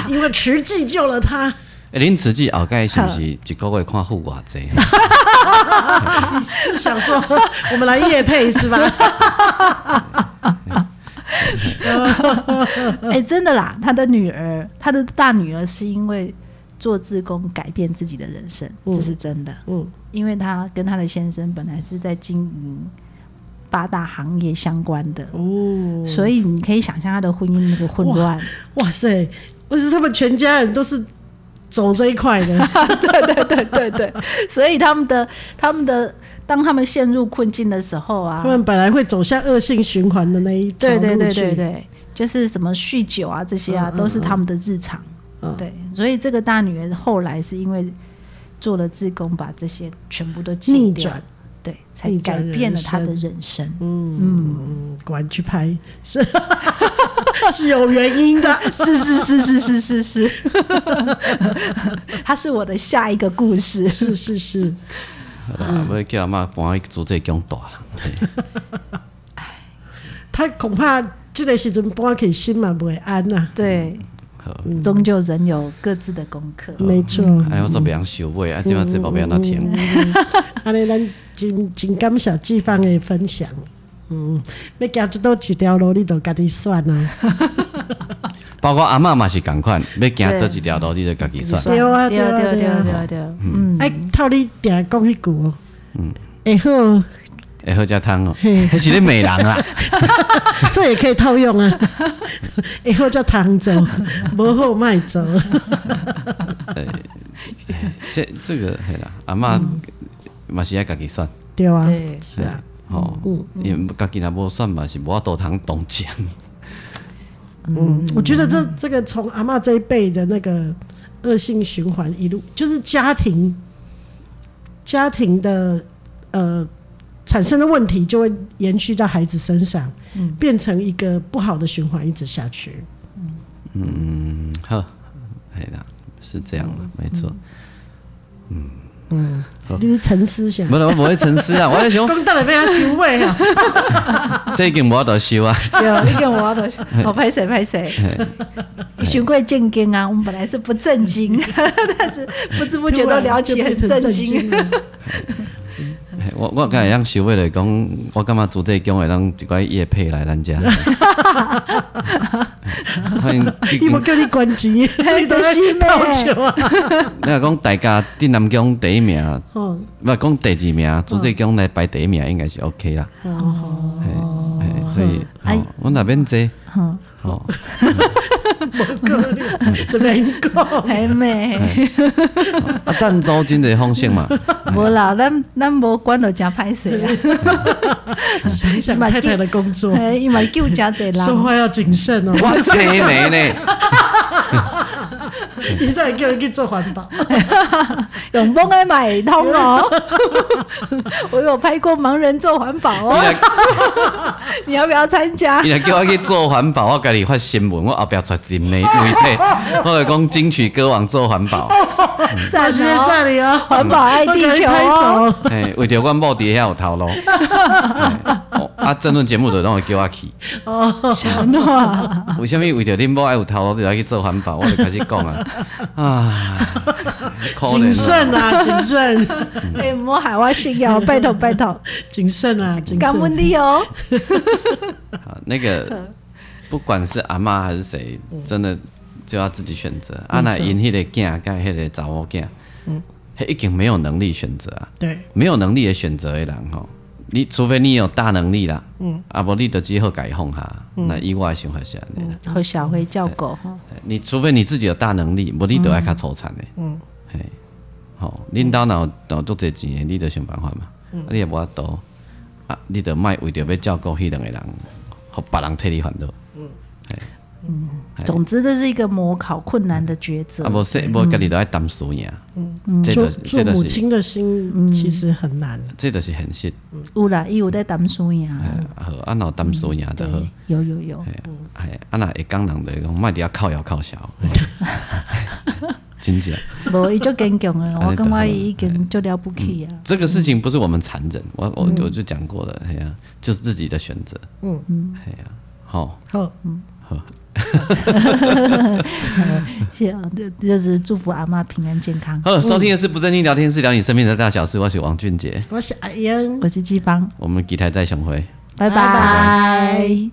因为慈济救了他，
诶哎恁慈济后盖是不是一个月看付偌济？
是想说 <laughs> 我们来夜配是吧？
哎、真的啦，他的女儿，他的大女儿是因为做志工改变自己的人生，
嗯
这是真的。
嗯
因为她跟她的先生本来是在经营八大行业相关的，
哦，
所以你可以想象她的婚姻那个混乱。
哇塞，我是他们全家人都是走这一块
<laughs>
的。
<laughs> 对对对对对， <laughs> 所以他们的他们的当他们陷入困境的时候啊
他，们本来会走向恶性循环的那一条
对
路
对对
去
对对，就是什么酗酒啊这些啊，
嗯嗯
都是他们的日常。
嗯
对，所以这个大女儿后来是因为做了志工，把这些全部都戒
逆
掉
转，
对，才
逆转
改变了
人
她的
生
人生。 <laughs>
嗯，果然去拍是是有原因的。 <laughs>
是是是是是是是， <laughs> 她是我的下一个故事。
是是是，
啊，要叫阿嬷搬去做这工大啦。嘿
他恐怕这个时阵搬去心嘛不会安啊呐、
对，终究人有各自的功课。
没错， <laughs>
哎，我说袂晓收尾，啊，即马这
嗯
宝贝要哪听？
安尼咱真真感谢季芳的分享。嗯，要行即倒一条路，你都家己选啊。
包括阿嬷嘛是共款，要行倒一条路，你就家己选。
对啊
对啊
对啊
对
对啊
啊对啊对啊，嗯，
哎，套你定讲迄句哦，嗯，会好，
会好食汤哦，
嘿
迄是咧骂人
<laughs>
啊啦，
这也可以套用 <laughs> 啊。会好叫汤走，无好卖走。
呃这这个系啦，阿嬷
嗯
嘛是爱家己选，
对啊
对，
是啊，
吼，也家己若无选嘛是无法度通动奖，
嗯，我觉得这这个从阿嬷这一辈的那个恶性循环一路，就是家庭家庭的呃产生的问题，就会延续到孩子身上，变成一个不好的循环，一直下去。
嗯，好，系啦，是这样的，没错。
嗯你沉思想
无，啦，我无咧沉思啊，我咧想，
讲到了被他羞畏啊！
这已经无法度收啊，
<laughs> 对，你跟我的，我拍谁拍谁，你学过正经啊，我们本来是不正经， <laughs> 但是不知不觉都聊起很正经，
了。
嘿我我敢会样收尾来讲，我感觉做这工会当一寡叶配来
<laughs>
咱遮。欢迎这
伊无
间，
叫你关机，你都是倒酒啊！
你若讲大家伫南宫第一名，
哦
不讲第二名，做
嗯
这工来排第一名应该是 OK 啦。
哦，
嘿嘿所以，
哎
吼我那边哦这，
嗯，
吼，
无 <laughs> 够力，对不对？
<laughs>
够。
还美。
啊，赞助真侪方向嘛，
无啦，咱咱无管到真
<laughs>
歹势啦，
想想太太的工作，
哎，伊嘛救真济
说
人，
话要谨慎哦。
我车没呢，
<laughs> 你到底叫人去做环
<laughs>
保？
永丰爱买通哦。 <laughs> 我有拍过盲人做环保
你
哦，
若
你要不要参加
伊？若叫我去做环保，我家己发新闻，我后壁出一媒媒体，我就讲金曲歌王做环保，
赞
谢谢
哦，
你哦，
环保爱地
我给你
球
拍
哦。
手。
嘿，哎为着阮某伫遐有头路。嘿哦啊，争论节目就拢会叫我去，
<laughs> 想啊，
为什物为着恁某爱有头路，你来去做环保？我就开始讲啊，啊，可
谨
怜啊，
慎啊，谨慎，
哎，莫喊我信仰，拜托
<laughs>
拜托，
谨慎
<laughs>
啊，谨
感恩
慎。
你哦。
好啊那 <laughs> 个不管是阿嬷还是谁，真的就要自己选择。啊，那因迄个囝甲迄个查某囝，迄已经没有能力选择啊。
对，
没有能力的选择的人吼，你除非你有大能力啦，嗯，啊无你就只好改放下。那以我的想法是安尼啦，
和小辉叫狗哦哈，
你除非你自己有大能力，无你就爱较粗残的，嗯，嘿，吼，恁兜若有若有足侪钱的，你就想办法嘛，啊你也无法度，啊你就莫为着要照顾迄两个人，互别人替你烦恼，
总之这是一个模考困难的抉择
哎啊。无说无家己都爱担输赢，嗯，这
做
就是
做
这就
母
是
亲的
嗯
心其实很难。
这就是现实，
有啦，伊有在担输呀，
啊好，啊若有担输赢就好。
嗯
有有有，
哎，啊那会讲人就会讲，莫伫遐靠摇靠笑，
<laughs>
真正，
无伊足坚强的，
<laughs> 安
我
尼就
感
好
觉
哎嗯
伊已经足了不起啊。
这个事情不是我们残忍，我我我就讲过了，哎呀、就是自己的选择，
嗯
嗯，哎呀、好，
好，
是啊，就就是祝福阿妈平安健康。
好，收听的是不正经聊天室，聊你身边的大小事，我是王俊杰，
哎我是阿英。
我是季芳，
我们吉台再相会。
拜
拜拜
拜